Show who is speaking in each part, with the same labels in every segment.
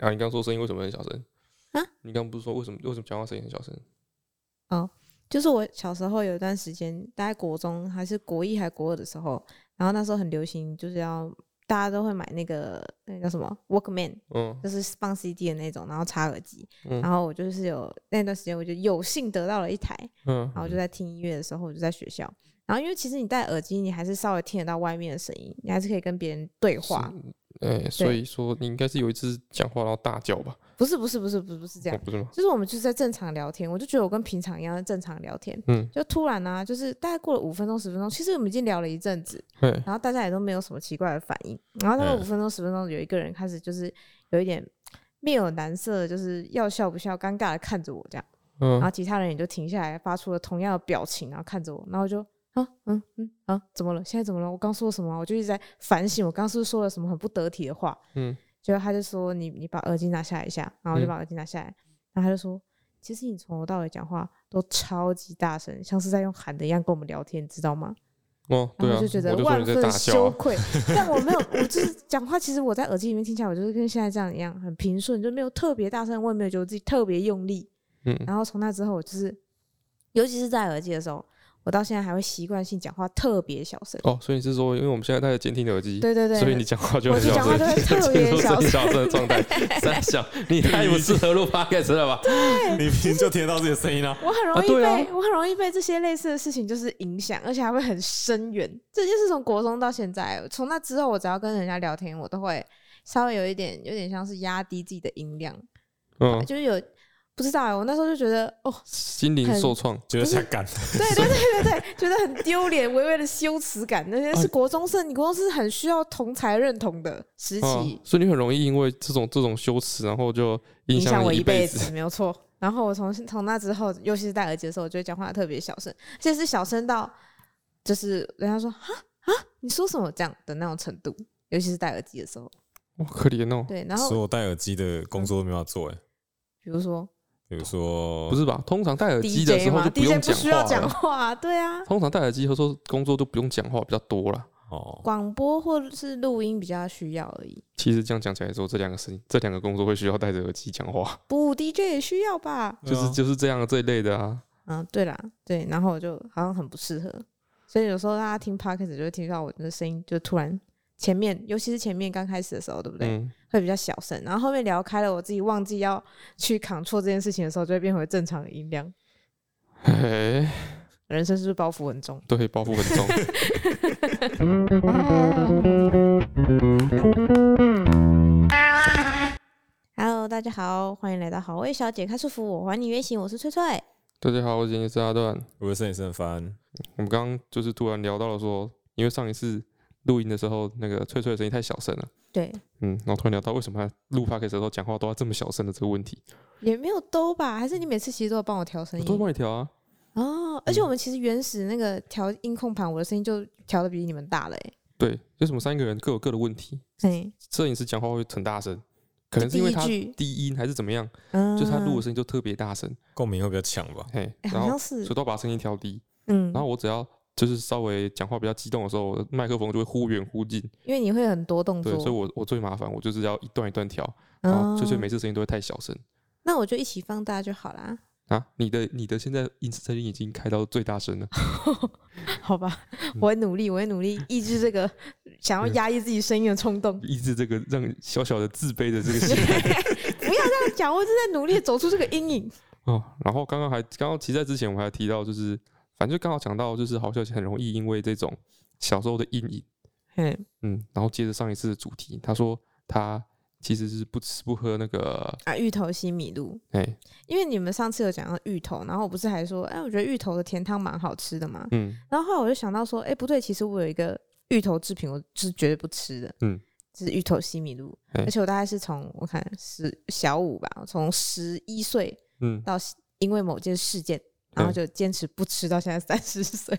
Speaker 1: 啊，你刚刚说声音为什么很小声？
Speaker 2: 啊？
Speaker 1: 你刚刚不是说为什么为什么讲话声音很小声？
Speaker 2: 就是我小时候有一段时间，大概国中还是国一还国二的时候，然后那时候很流行，就是要大家都会买那个那个叫什么 Walkman，
Speaker 1: 嗯
Speaker 2: 就是放 CD 的那种，然后插耳机。
Speaker 1: 嗯
Speaker 2: 然后我就是有那段时间，我就有幸得到了一台，
Speaker 1: 嗯，
Speaker 2: 然后就在听音乐的时候，我就在学校。然后因为其实你戴耳机，你还是稍微听得到外面的声音，你还是可以跟别人对话。
Speaker 1: 哎、所以说你应该是有一次讲话然后大叫吧？
Speaker 2: 不是不是不是不是不是这
Speaker 1: 哦
Speaker 2: 样，
Speaker 1: 不是吗？
Speaker 2: 就是我们就是在正常聊天，我就觉得我跟平常一样在正常聊天。
Speaker 1: 嗯，
Speaker 2: 就突然啊，就是大概过了五分钟十分钟，其实我们已经聊了一阵子，
Speaker 1: 嘿，
Speaker 2: 然后大家也都没有什么奇怪的反应。然后大概
Speaker 1: 嗯
Speaker 2: 五分钟十分钟，有一个人开始就是有一点面有难色，就是要笑不笑，尴尬的看着我这样。然后
Speaker 1: 嗯
Speaker 2: 其他人也就停下来，发出了同样的表情，然后看着我，然后我就啊嗯嗯啊，怎么了？现在怎么了？我刚说了什么啊？我就一直在反省，我刚是不是说了什么很不得体的话？
Speaker 1: 嗯，
Speaker 2: 结果他就说你你把耳机拿下来一下，然后我就把耳机拿下来，然后他就说，其实你从头到尾讲话都超级大声，像是在用喊的一样跟我们聊天，知道吗？
Speaker 1: 哦，
Speaker 2: 然
Speaker 1: 对
Speaker 2: 后
Speaker 1: 啊，
Speaker 2: 我就觉得
Speaker 1: 我就说
Speaker 2: 万
Speaker 1: 你在
Speaker 2: 分
Speaker 1: 大叫、
Speaker 2: 羞
Speaker 1: 啊，
Speaker 2: 愧，但我没有，我就是讲话，其实我在耳机里面听起来，我就是跟现在这样一样，很平顺，就没有特别大声，我也没有觉得自己特别用力，
Speaker 1: 嗯
Speaker 2: 然后从那之后，我就是，尤其是戴耳机的时候，我到现在还会习惯性讲话特别小声。
Speaker 1: 哦，所以你是说因为我们现在戴着监听的耳机，
Speaker 2: 对对对，
Speaker 1: 所以你讲话就
Speaker 2: 我
Speaker 1: 很
Speaker 2: 就
Speaker 1: 小
Speaker 2: 讲话
Speaker 1: 声，
Speaker 2: 就会 特别
Speaker 1: 这
Speaker 2: 小
Speaker 1: 就是你
Speaker 2: 声。
Speaker 1: 小声的状 态，三小，你太不适合录 podcast 了吧？
Speaker 3: 你平就听得到自己的声音了、
Speaker 2: 我很容
Speaker 1: 啊
Speaker 2: 易
Speaker 1: 对啊
Speaker 2: 被、我很容易被这些类似的事情就是影响，而且还会很深远。这件事从国中到现在，从那之后，我只要跟人家聊天，我都会稍微有一点，有点像是压低自己的音量，
Speaker 1: 嗯，
Speaker 2: 就是有不知道、欸，我那时候就觉得哦，
Speaker 1: 心灵受创，
Speaker 3: 觉得想干，
Speaker 2: 对对对 对对，觉得很丢脸，微微的羞耻感，那些是
Speaker 1: 哎
Speaker 2: 国中生，你国中生是很需要同才认同的时
Speaker 1: 啊
Speaker 2: 期，，
Speaker 1: 所以你很容易因为这种这种羞耻，然后就影
Speaker 2: 影
Speaker 1: 响
Speaker 2: 响我
Speaker 1: 你
Speaker 2: 一
Speaker 1: 辈
Speaker 2: 子，。没有错。然后我从从那之后，尤其是戴耳机的时候，我就会讲话特别小声，而且是小声到就是人家说啊啊，你说什么这样的那种程度，尤其是戴耳机的时候。
Speaker 1: 哇，可怜哦，
Speaker 2: 对，然
Speaker 3: 所
Speaker 2: 后
Speaker 3: 有戴耳机的工作都没办法做、哎，
Speaker 2: 比如说
Speaker 3: 比如说
Speaker 1: 不是吧？通常戴耳机的
Speaker 2: DJ
Speaker 1: 时候
Speaker 2: 嘛
Speaker 1: 就不用
Speaker 2: ，DJ 不需要
Speaker 1: 讲
Speaker 2: 讲
Speaker 1: 话了，
Speaker 2: 话，对啊，
Speaker 1: 通常戴耳机和说工作都不用讲话比较多啦。
Speaker 3: 哦，
Speaker 2: 广播或者是录音比较需要而已。
Speaker 1: 其实这样讲起来之后，这两个事情，这两个工作会需要戴着耳机讲 话，
Speaker 2: 不，DJ 也需要吧？
Speaker 1: 就
Speaker 3: 对啊
Speaker 1: 是就是这样这一类的啊。
Speaker 2: 嗯，对啦，对，然后我就好像很不适合，所以有时候大家听 podcast 就会听到我的声音，就突然前面，尤其是前面刚开始的时候，对不对？
Speaker 1: 嗯，
Speaker 2: 会比较小声，然后后面聊开了，我自己忘记要去 control 这件事情的时候，就会变回正常的音量。
Speaker 1: 嘿，
Speaker 2: 人生是不是包袱很重？
Speaker 1: 对，包袱很重。
Speaker 2: Hello，大家好，欢迎来到好味小姐开束缚，我还你原形，我是翠翠。
Speaker 1: 大家好，我今天是阿段。
Speaker 3: 我的声音是很烦，
Speaker 1: 我们刚刚就是突然聊到了说，因为上一次录音的时候，那个翠翠的声音太小声了，
Speaker 2: 对，
Speaker 1: 嗯，然后突然聊到为什么她录 p o d c a s t 的时候讲话都要这么小声的这个问题，
Speaker 2: 也没有兜吧？还是你每次其实都有帮我调声
Speaker 1: 我都会
Speaker 2: 音？
Speaker 1: 帮你调啊。
Speaker 2: 哦，而且我们其实原始那个调音控盘，我的声音就调的比你们大了、欸，
Speaker 1: 对，就是我们三个人各有各的问题，
Speaker 2: 哎，
Speaker 1: 摄影师讲话会很大声，可能是
Speaker 2: 第
Speaker 1: 因为
Speaker 2: 一
Speaker 1: 他
Speaker 2: 句，
Speaker 1: 低音还是怎么样，
Speaker 2: 嗯
Speaker 1: 就是他录的声音就特别大声，
Speaker 3: 共鸣会比较强吧？
Speaker 1: 嘿，
Speaker 2: 哎
Speaker 1: 然
Speaker 2: 好
Speaker 1: 后
Speaker 2: 像是
Speaker 1: 所以，都要把声音调低。
Speaker 2: 嗯，
Speaker 1: 然后我只要就是稍微讲话比较激动的时候，我的麦克风就会忽远忽近，
Speaker 2: 因为你会很多动
Speaker 1: 对
Speaker 2: 作，，
Speaker 1: 所以我我最麻烦，我就是要一段一段调，然后
Speaker 2: 哦
Speaker 1: 翠翠每次声音都会太小声
Speaker 2: 那我就一起放大就好 啦，
Speaker 1: 啊。你的你的现在音声音已经开到最大声了，
Speaker 2: 好吧，
Speaker 1: 嗯
Speaker 2: 我会努力，我会努力抑制这个想要压抑自己声音的冲动。
Speaker 1: 抑制这个让小小的自卑的这个心态
Speaker 2: 那讲我是在努力地走出这个阴影。
Speaker 1: 哦。然后刚刚还刚刚其实在之前我们还提到，就是反正就刚好讲到，就是好消息很容易因为这种小时候的阴影。
Speaker 2: 嗯，
Speaker 1: 嗯，然后接着上一次的主题，他说他其实是不吃不喝那个，
Speaker 2: 啊，芋头西米露，
Speaker 1: 哎、
Speaker 2: 因为你们上次有讲到芋头，然后我不是还说，哎，我觉得芋头的甜汤蛮好吃的嘛。
Speaker 1: 嗯，
Speaker 2: 然后后来我就想到说，哎，不对，其实我有一个芋头制品，我是绝对不吃的。
Speaker 1: 嗯。
Speaker 2: 是芋头西米露，
Speaker 1: 嗯
Speaker 2: 而且我大概是从我看十小五吧，我从十一岁
Speaker 1: 嗯，
Speaker 2: 到因为某件事件，然后就坚持不吃到现在三 十岁。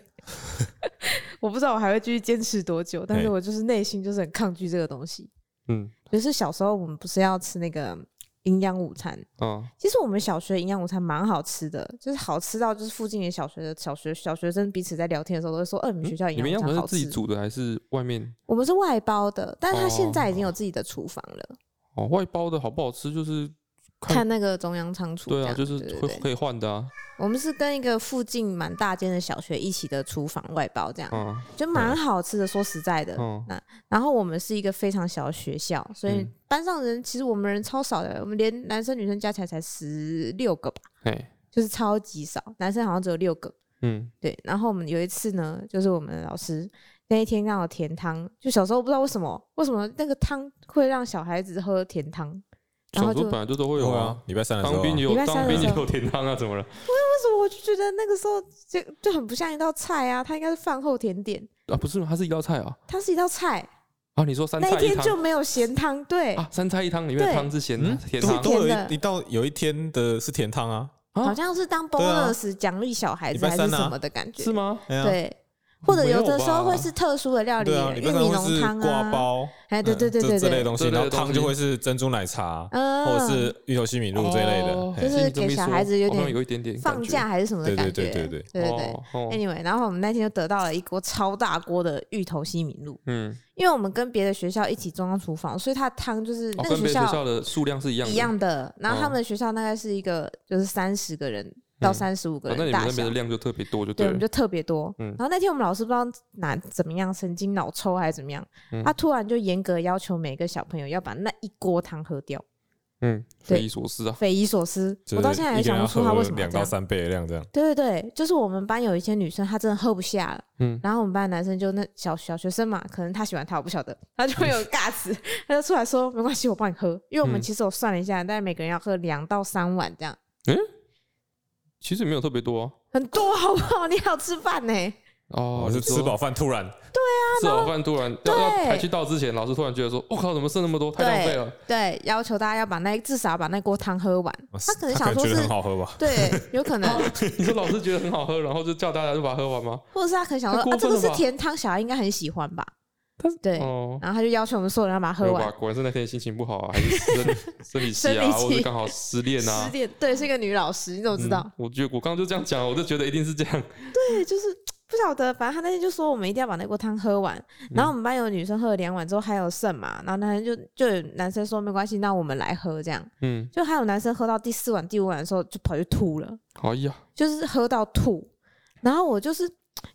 Speaker 2: 我不知道我还会继续坚持多久，但是
Speaker 3: 嘿
Speaker 2: 我就是内心就是很抗拒这个东西。
Speaker 1: 嗯
Speaker 2: 就是小时候我们不是要吃那个营养午餐，
Speaker 1: 啊，
Speaker 2: 其实我们小学营养午餐蛮好吃的，就是好吃到就是附近的小学的小学小学生彼此在聊天的时候都会说，呃，你们学校
Speaker 1: 嗯你
Speaker 2: 营
Speaker 1: 们
Speaker 2: 养
Speaker 1: 要不
Speaker 2: 午餐
Speaker 1: 是
Speaker 2: 好
Speaker 1: 自己
Speaker 2: 吃。
Speaker 1: 煮的还是外面？
Speaker 2: 我们是外包的，但是他现在已经
Speaker 1: 哦
Speaker 2: 有自己的厨房了，
Speaker 1: 哦，外包的好不好吃就是
Speaker 2: 看那个中央仓储这
Speaker 1: 哦对啊，
Speaker 2: 样。
Speaker 1: 就是
Speaker 2: 对对
Speaker 1: 会
Speaker 2: 对
Speaker 1: 可以换的 啊，
Speaker 2: 我们是跟一个附近蛮大间的小学一起的厨房外包这样，
Speaker 1: 嗯
Speaker 2: 就蛮好吃的。说实在的，
Speaker 1: 嗯
Speaker 2: 然后我们是一个非常小的学校，所以
Speaker 1: 嗯
Speaker 2: 班上人其实我们人超少的，我们连男生女生加起来才十六个吧，
Speaker 1: 哎
Speaker 2: 就是超级少，男生好像只有六个。
Speaker 1: 嗯
Speaker 2: 对，然后我们有一次呢，就是我们的老师那一天让我甜汤，就小时候不知道为什么，为什么那个汤会让小孩子喝甜汤，然后
Speaker 1: 小时
Speaker 2: 就
Speaker 1: 候本来就都会
Speaker 3: 会
Speaker 1: 有啊
Speaker 3: 啊，，礼拜三的时
Speaker 1: 当
Speaker 3: 候
Speaker 1: 兵也
Speaker 3: 啊
Speaker 1: 有
Speaker 2: 礼拜三
Speaker 1: 当
Speaker 2: 的
Speaker 1: 兵也
Speaker 2: 时候
Speaker 1: 有 甜汤啊，怎么了？
Speaker 2: 为什么我就觉得那个时候就就很不像一道菜啊，它应该是饭后甜点，
Speaker 1: 啊，不是吗？它是一道菜啊。
Speaker 2: 它是一道菜，
Speaker 1: 啊，你说三
Speaker 2: 那一
Speaker 1: 菜
Speaker 2: 天就
Speaker 1: 汤
Speaker 2: 没有咸汤，对，
Speaker 1: 啊？三菜一汤里面的
Speaker 2: 对
Speaker 1: 汤是咸
Speaker 3: 嗯
Speaker 1: 甜
Speaker 2: 是
Speaker 1: 汤
Speaker 3: 都有
Speaker 2: 甜的
Speaker 3: 一一到有一天的是甜汤啊，
Speaker 1: 啊
Speaker 2: 好像是当
Speaker 3: 对啊
Speaker 2: bonus 奖励小孩
Speaker 3: 礼
Speaker 2: 子
Speaker 3: 拜
Speaker 2: 还是
Speaker 3: 三啊
Speaker 2: 什么的感觉，
Speaker 1: 是吗？
Speaker 3: 哎呀，
Speaker 2: 对，或者
Speaker 1: 没有
Speaker 2: 有的时候
Speaker 1: 吧
Speaker 2: 会是特殊的料理，
Speaker 3: 对啊，礼
Speaker 2: 玉
Speaker 3: 拜三
Speaker 2: 米
Speaker 3: 会
Speaker 2: 浓
Speaker 3: 是
Speaker 2: 汤
Speaker 3: 挂
Speaker 2: 啊，
Speaker 3: 包，
Speaker 2: 哎，对
Speaker 3: 嗯
Speaker 2: 对对对
Speaker 3: 这这
Speaker 2: 对
Speaker 3: 类，东西，
Speaker 1: 这类
Speaker 3: 然
Speaker 1: 的
Speaker 3: 后汤
Speaker 1: 东西
Speaker 3: 就会是珍珠奶茶，
Speaker 2: 嗯，
Speaker 3: 或者是芋头西米露这一类的
Speaker 1: 哦，
Speaker 3: 嘿
Speaker 2: 就是
Speaker 1: 你这么
Speaker 2: 给
Speaker 1: 一
Speaker 2: 小
Speaker 1: 说
Speaker 2: 孩子有
Speaker 1: 好像
Speaker 2: 点
Speaker 1: 有一点点
Speaker 2: 放
Speaker 1: 感觉
Speaker 2: 假还是什么的
Speaker 3: 对
Speaker 2: 感
Speaker 3: 对
Speaker 2: 觉，
Speaker 3: 对对
Speaker 2: 对
Speaker 3: 对
Speaker 2: 对
Speaker 1: 哦哦
Speaker 2: Anyway，然后我们那天就得到了一锅超大锅的芋头西米露，
Speaker 1: 嗯，
Speaker 2: 因为我们跟别的学校一起装到厨房，所以它的汤就是
Speaker 1: 哦
Speaker 2: 那个
Speaker 1: 跟别的学
Speaker 2: 校
Speaker 1: 校的数量是一样的
Speaker 2: 一样的。然后他
Speaker 1: 哦
Speaker 2: 们的学校大概是一个就是三十个人到
Speaker 1: 嗯
Speaker 2: 三十五个
Speaker 1: 哦那
Speaker 2: 人
Speaker 1: 你们
Speaker 2: 大
Speaker 1: 那
Speaker 2: 小
Speaker 1: 边的，量就特别多，就
Speaker 2: 对，
Speaker 1: 了
Speaker 2: 我们。就特别多。
Speaker 1: 嗯
Speaker 2: 然后那天我们老师不知道哪怎么样，神经脑抽还是怎么样，
Speaker 1: 嗯
Speaker 2: 他突然就严格要求每个小朋友要把那一锅汤喝掉，
Speaker 1: 嗯，
Speaker 2: 对
Speaker 1: 匪夷所思啊。
Speaker 2: 匪夷所思。
Speaker 3: 就是
Speaker 2: 我到现在也
Speaker 3: 一个人
Speaker 2: 想
Speaker 3: 要
Speaker 2: 不出他为
Speaker 3: 喝
Speaker 2: 什么要
Speaker 3: 两
Speaker 2: 这
Speaker 3: 到
Speaker 2: 样。
Speaker 3: 三倍的量这样，
Speaker 2: 对对对，就是我们班有一些女生，她真的喝不下了。
Speaker 1: 嗯
Speaker 2: 然后我们班的男生就那小小学生嘛，可能他喜欢她，我不晓得，他就
Speaker 3: 嗯
Speaker 2: 会有尬词，他就出来说没关系，我帮你喝，因为我们
Speaker 1: 嗯
Speaker 2: 其实我算了一下，大概每个人要喝两到三碗这样，
Speaker 1: 其实没有特别多啊。
Speaker 2: 很多好不好？你好吃饭呢、
Speaker 1: 哦，
Speaker 3: 我是
Speaker 1: 你说
Speaker 3: 吃饱饭突然
Speaker 1: 吃饱饭突然要要
Speaker 2: 对
Speaker 1: 还去倒之前，老师突然觉得说，我靠，怎么剩那么多，太浪费了。
Speaker 2: 对，要求大家要把那至少要把那锅汤喝完。他可能想说
Speaker 3: 觉
Speaker 2: 是
Speaker 3: 得很好喝吧，
Speaker 2: 对，有可能，
Speaker 1: 你说老师觉得很好喝，然后就叫大家就把它喝完吗？
Speaker 2: 或者是他可能想
Speaker 1: 太
Speaker 2: 说
Speaker 1: 过
Speaker 2: 啊，
Speaker 1: 分
Speaker 2: 这个
Speaker 1: 了
Speaker 2: 是
Speaker 1: 吧
Speaker 2: 甜汤，小孩应该很喜欢吧？对，
Speaker 1: 哦，
Speaker 2: 然后他就要求我们所有人要把它
Speaker 1: 没
Speaker 2: 喝
Speaker 1: 有吧？
Speaker 2: 完。
Speaker 1: 果然是那天心情不好啊，还是生生理期
Speaker 2: 生
Speaker 1: 啊，
Speaker 2: 理
Speaker 1: 或者
Speaker 2: 期
Speaker 1: 是刚好失恋啊
Speaker 2: 十。点，对，是一个女老师，你怎么
Speaker 1: 嗯
Speaker 2: 知道？
Speaker 1: 我觉得我刚刚就这样讲，我就觉得一定是这样。
Speaker 2: 对，就是不晓得，反正他那天就说我们一定要把那锅汤喝完。然后我们班有女生喝了两碗之后还有剩嘛，然后男生就就有男生说没关系，那我们来喝这样。
Speaker 1: 嗯，
Speaker 2: 就还有男生喝到第四碗、第五碗的时候就跑去吐了，
Speaker 1: 好呀，
Speaker 2: 就是喝到吐。然后我就是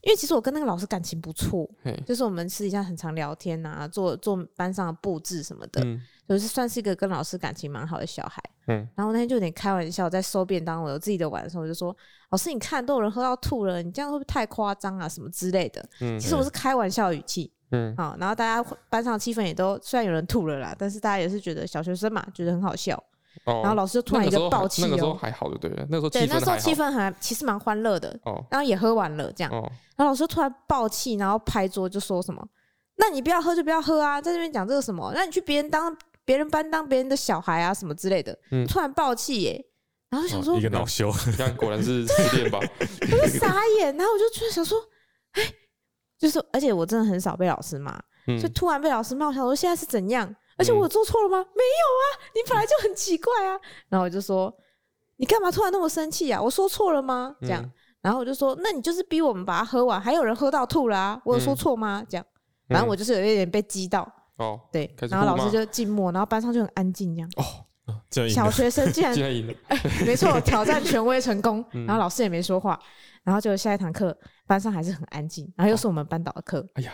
Speaker 2: 因为其实我跟那个老师感情不错，
Speaker 1: 嘿，
Speaker 2: 就是我们私底下很常聊天啊，做做班上的布置什么的，
Speaker 1: 嗯
Speaker 2: 就是算是一个跟老师感情蛮好的小孩。
Speaker 1: 嗯，
Speaker 2: 然后那天就有点开玩笑，在收便当我有自己的碗的时候，我就说：“老师，你看都有人喝到吐了，你这样会不会太夸张啊？什么之类的。”
Speaker 1: 嗯
Speaker 2: 其实我是开玩笑语气，
Speaker 1: 嗯
Speaker 2: 好，然后大家班上气氛也都虽然有人吐了啦，但是大家也是觉得小学生嘛，觉得很好笑。
Speaker 1: 哦。
Speaker 2: 然后老师就突然
Speaker 1: 那
Speaker 2: 一
Speaker 1: 个时候
Speaker 2: 暴
Speaker 1: 还
Speaker 2: 气
Speaker 1: 那个时候
Speaker 2: 哦，
Speaker 1: 还好，就对了，那时候气
Speaker 2: 对，那
Speaker 1: 氛
Speaker 2: 时候
Speaker 1: 还
Speaker 2: 气
Speaker 1: 好。
Speaker 2: 氛还其实蛮欢乐的，
Speaker 1: 哦
Speaker 2: 然后也喝完了这样，
Speaker 1: 哦，
Speaker 2: 然后老师突然暴气，然后拍桌就说什么：“那你不要喝就不要喝啊，在这边讲这个什么？那你去别人当别人班当别人的小孩啊什么之类的。
Speaker 1: 嗯
Speaker 2: 突然暴气耶、然后想说、
Speaker 3: 哦一个恼羞，
Speaker 1: 你看果然 是失恋吧？
Speaker 2: 我就傻眼，啊然后我就突然想说：“哎，就是而且我真的很少被老师骂，
Speaker 1: 嗯
Speaker 2: 就突然被老师骂，我想说现在是怎样？而且
Speaker 3: 嗯
Speaker 2: 我有做错了吗？没有啊，你本来就很奇怪啊。”然后我就说：“你干嘛突然那么生气啊？我说错了吗？”这样。
Speaker 1: 嗯
Speaker 2: 然后我就说，那你就是逼我们把它喝完，还有人喝到吐啦、我有说错吗？这样，反正我就是有一点被激到，
Speaker 1: 嗯哦
Speaker 2: 对
Speaker 1: 开，始
Speaker 2: 然后老
Speaker 1: 互
Speaker 2: 师
Speaker 1: 骂
Speaker 2: 就静默，然后班上就很安静，这样。
Speaker 1: 哦，
Speaker 3: 这样赢
Speaker 2: 小
Speaker 3: 了
Speaker 2: 学生竟然
Speaker 1: 竟然赢了。
Speaker 2: 没错，挑战权威成功，
Speaker 1: 嗯
Speaker 2: 然后老师也没说话，然后就下一堂课班上还是很安静，然后又是我们班导的课，
Speaker 1: 哎呀，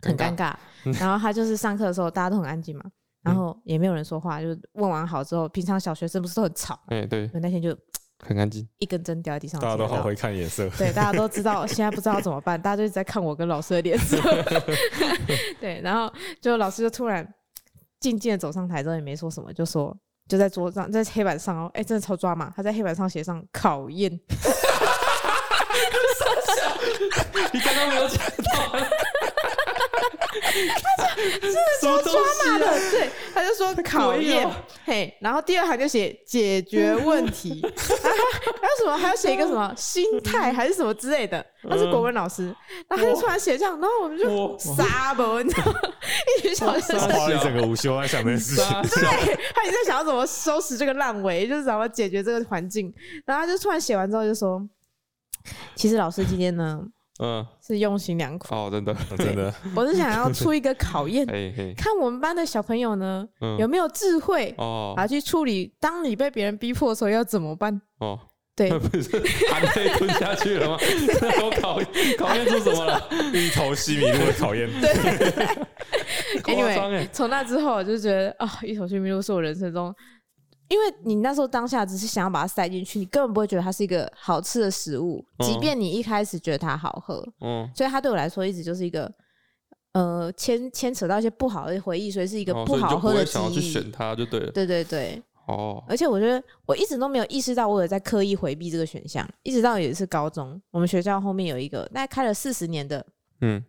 Speaker 2: 很尴尬。然后他就是上课的时候大家都很安静嘛，然后也没有人说话，就是问完好之后，平常小学生不是都很吵，
Speaker 1: 哎、对，
Speaker 2: 我那天就
Speaker 1: 很干净。
Speaker 2: 一根针掉在地上，
Speaker 3: 大家都
Speaker 2: 听得
Speaker 3: 好
Speaker 2: 到
Speaker 3: 会看眼色，
Speaker 2: 对，大家都知道，现在不知道怎么办，大家就一直在看我跟老师的脸色。 对，然后就老师就突然静静的走上台之后也没说什么，就说就在桌上，在黑板上哦，哎、真的超抓马，他在黑板上写上考验，
Speaker 1: 你刚刚没有讲 到，真 的超抓
Speaker 2: 他的对，他就说考验
Speaker 1: 诡异哦，
Speaker 2: 嘿，然后第二行就写解决问题， 然后还有什么还要写一个什 么心态还是什么之类的，他是国文老
Speaker 1: 嗯
Speaker 2: 师，然后他就突然写上，然后我们就
Speaker 1: 我
Speaker 2: 傻了，你知道吗， 一群小学生
Speaker 1: 傻。
Speaker 3: 花了一整个午休在想这件事情，
Speaker 1: 傻笑，
Speaker 2: 他一直在想要怎么收拾这个烂尾， 就是怎么解决这个环境。然后他就突然写完之后就说：“其实老师今天呢，
Speaker 1: 嗯，
Speaker 2: 是用心良苦。
Speaker 1: 哦，真的，
Speaker 3: 真的，
Speaker 2: 我是想要出一个 考验，
Speaker 1: 嘿嘿，
Speaker 2: 看我们班的小朋友呢
Speaker 1: 哎嗯，
Speaker 2: 有没有智慧，
Speaker 1: 哦
Speaker 2: 啊，去处理当你被别人逼迫的时候要怎么办？
Speaker 1: 哦，
Speaker 2: 对，
Speaker 1: 那不是含泪吞下去了吗？ 这我考考验出什么 了？
Speaker 3: 一头西米露的 考验，
Speaker 1: 夸
Speaker 2: Anyway
Speaker 1: 张哎，
Speaker 2: 从那之后我就觉得啊，一头须弥露是我人生中，因为你那时候当下只是想要把它塞进去，你根本不会觉得它是一个好吃的食物，
Speaker 1: 嗯
Speaker 2: 即便你一开始觉得它好喝，
Speaker 1: 嗯，
Speaker 2: 所以它对我来说一直就是一个。呃，牵牵扯到一些不好的回忆，所以是一
Speaker 1: 一
Speaker 2: 个不好喝
Speaker 1: 会
Speaker 2: 的
Speaker 1: 想要去
Speaker 2: 记忆
Speaker 1: 选。它就对了。
Speaker 2: 对对对，
Speaker 1: 哦，
Speaker 2: 而且我觉得我一直都没有意识到我有在刻意回避这个选项，一直到有一次高中，我们学校后面有一个大概开了四十年的
Speaker 1: 嗯，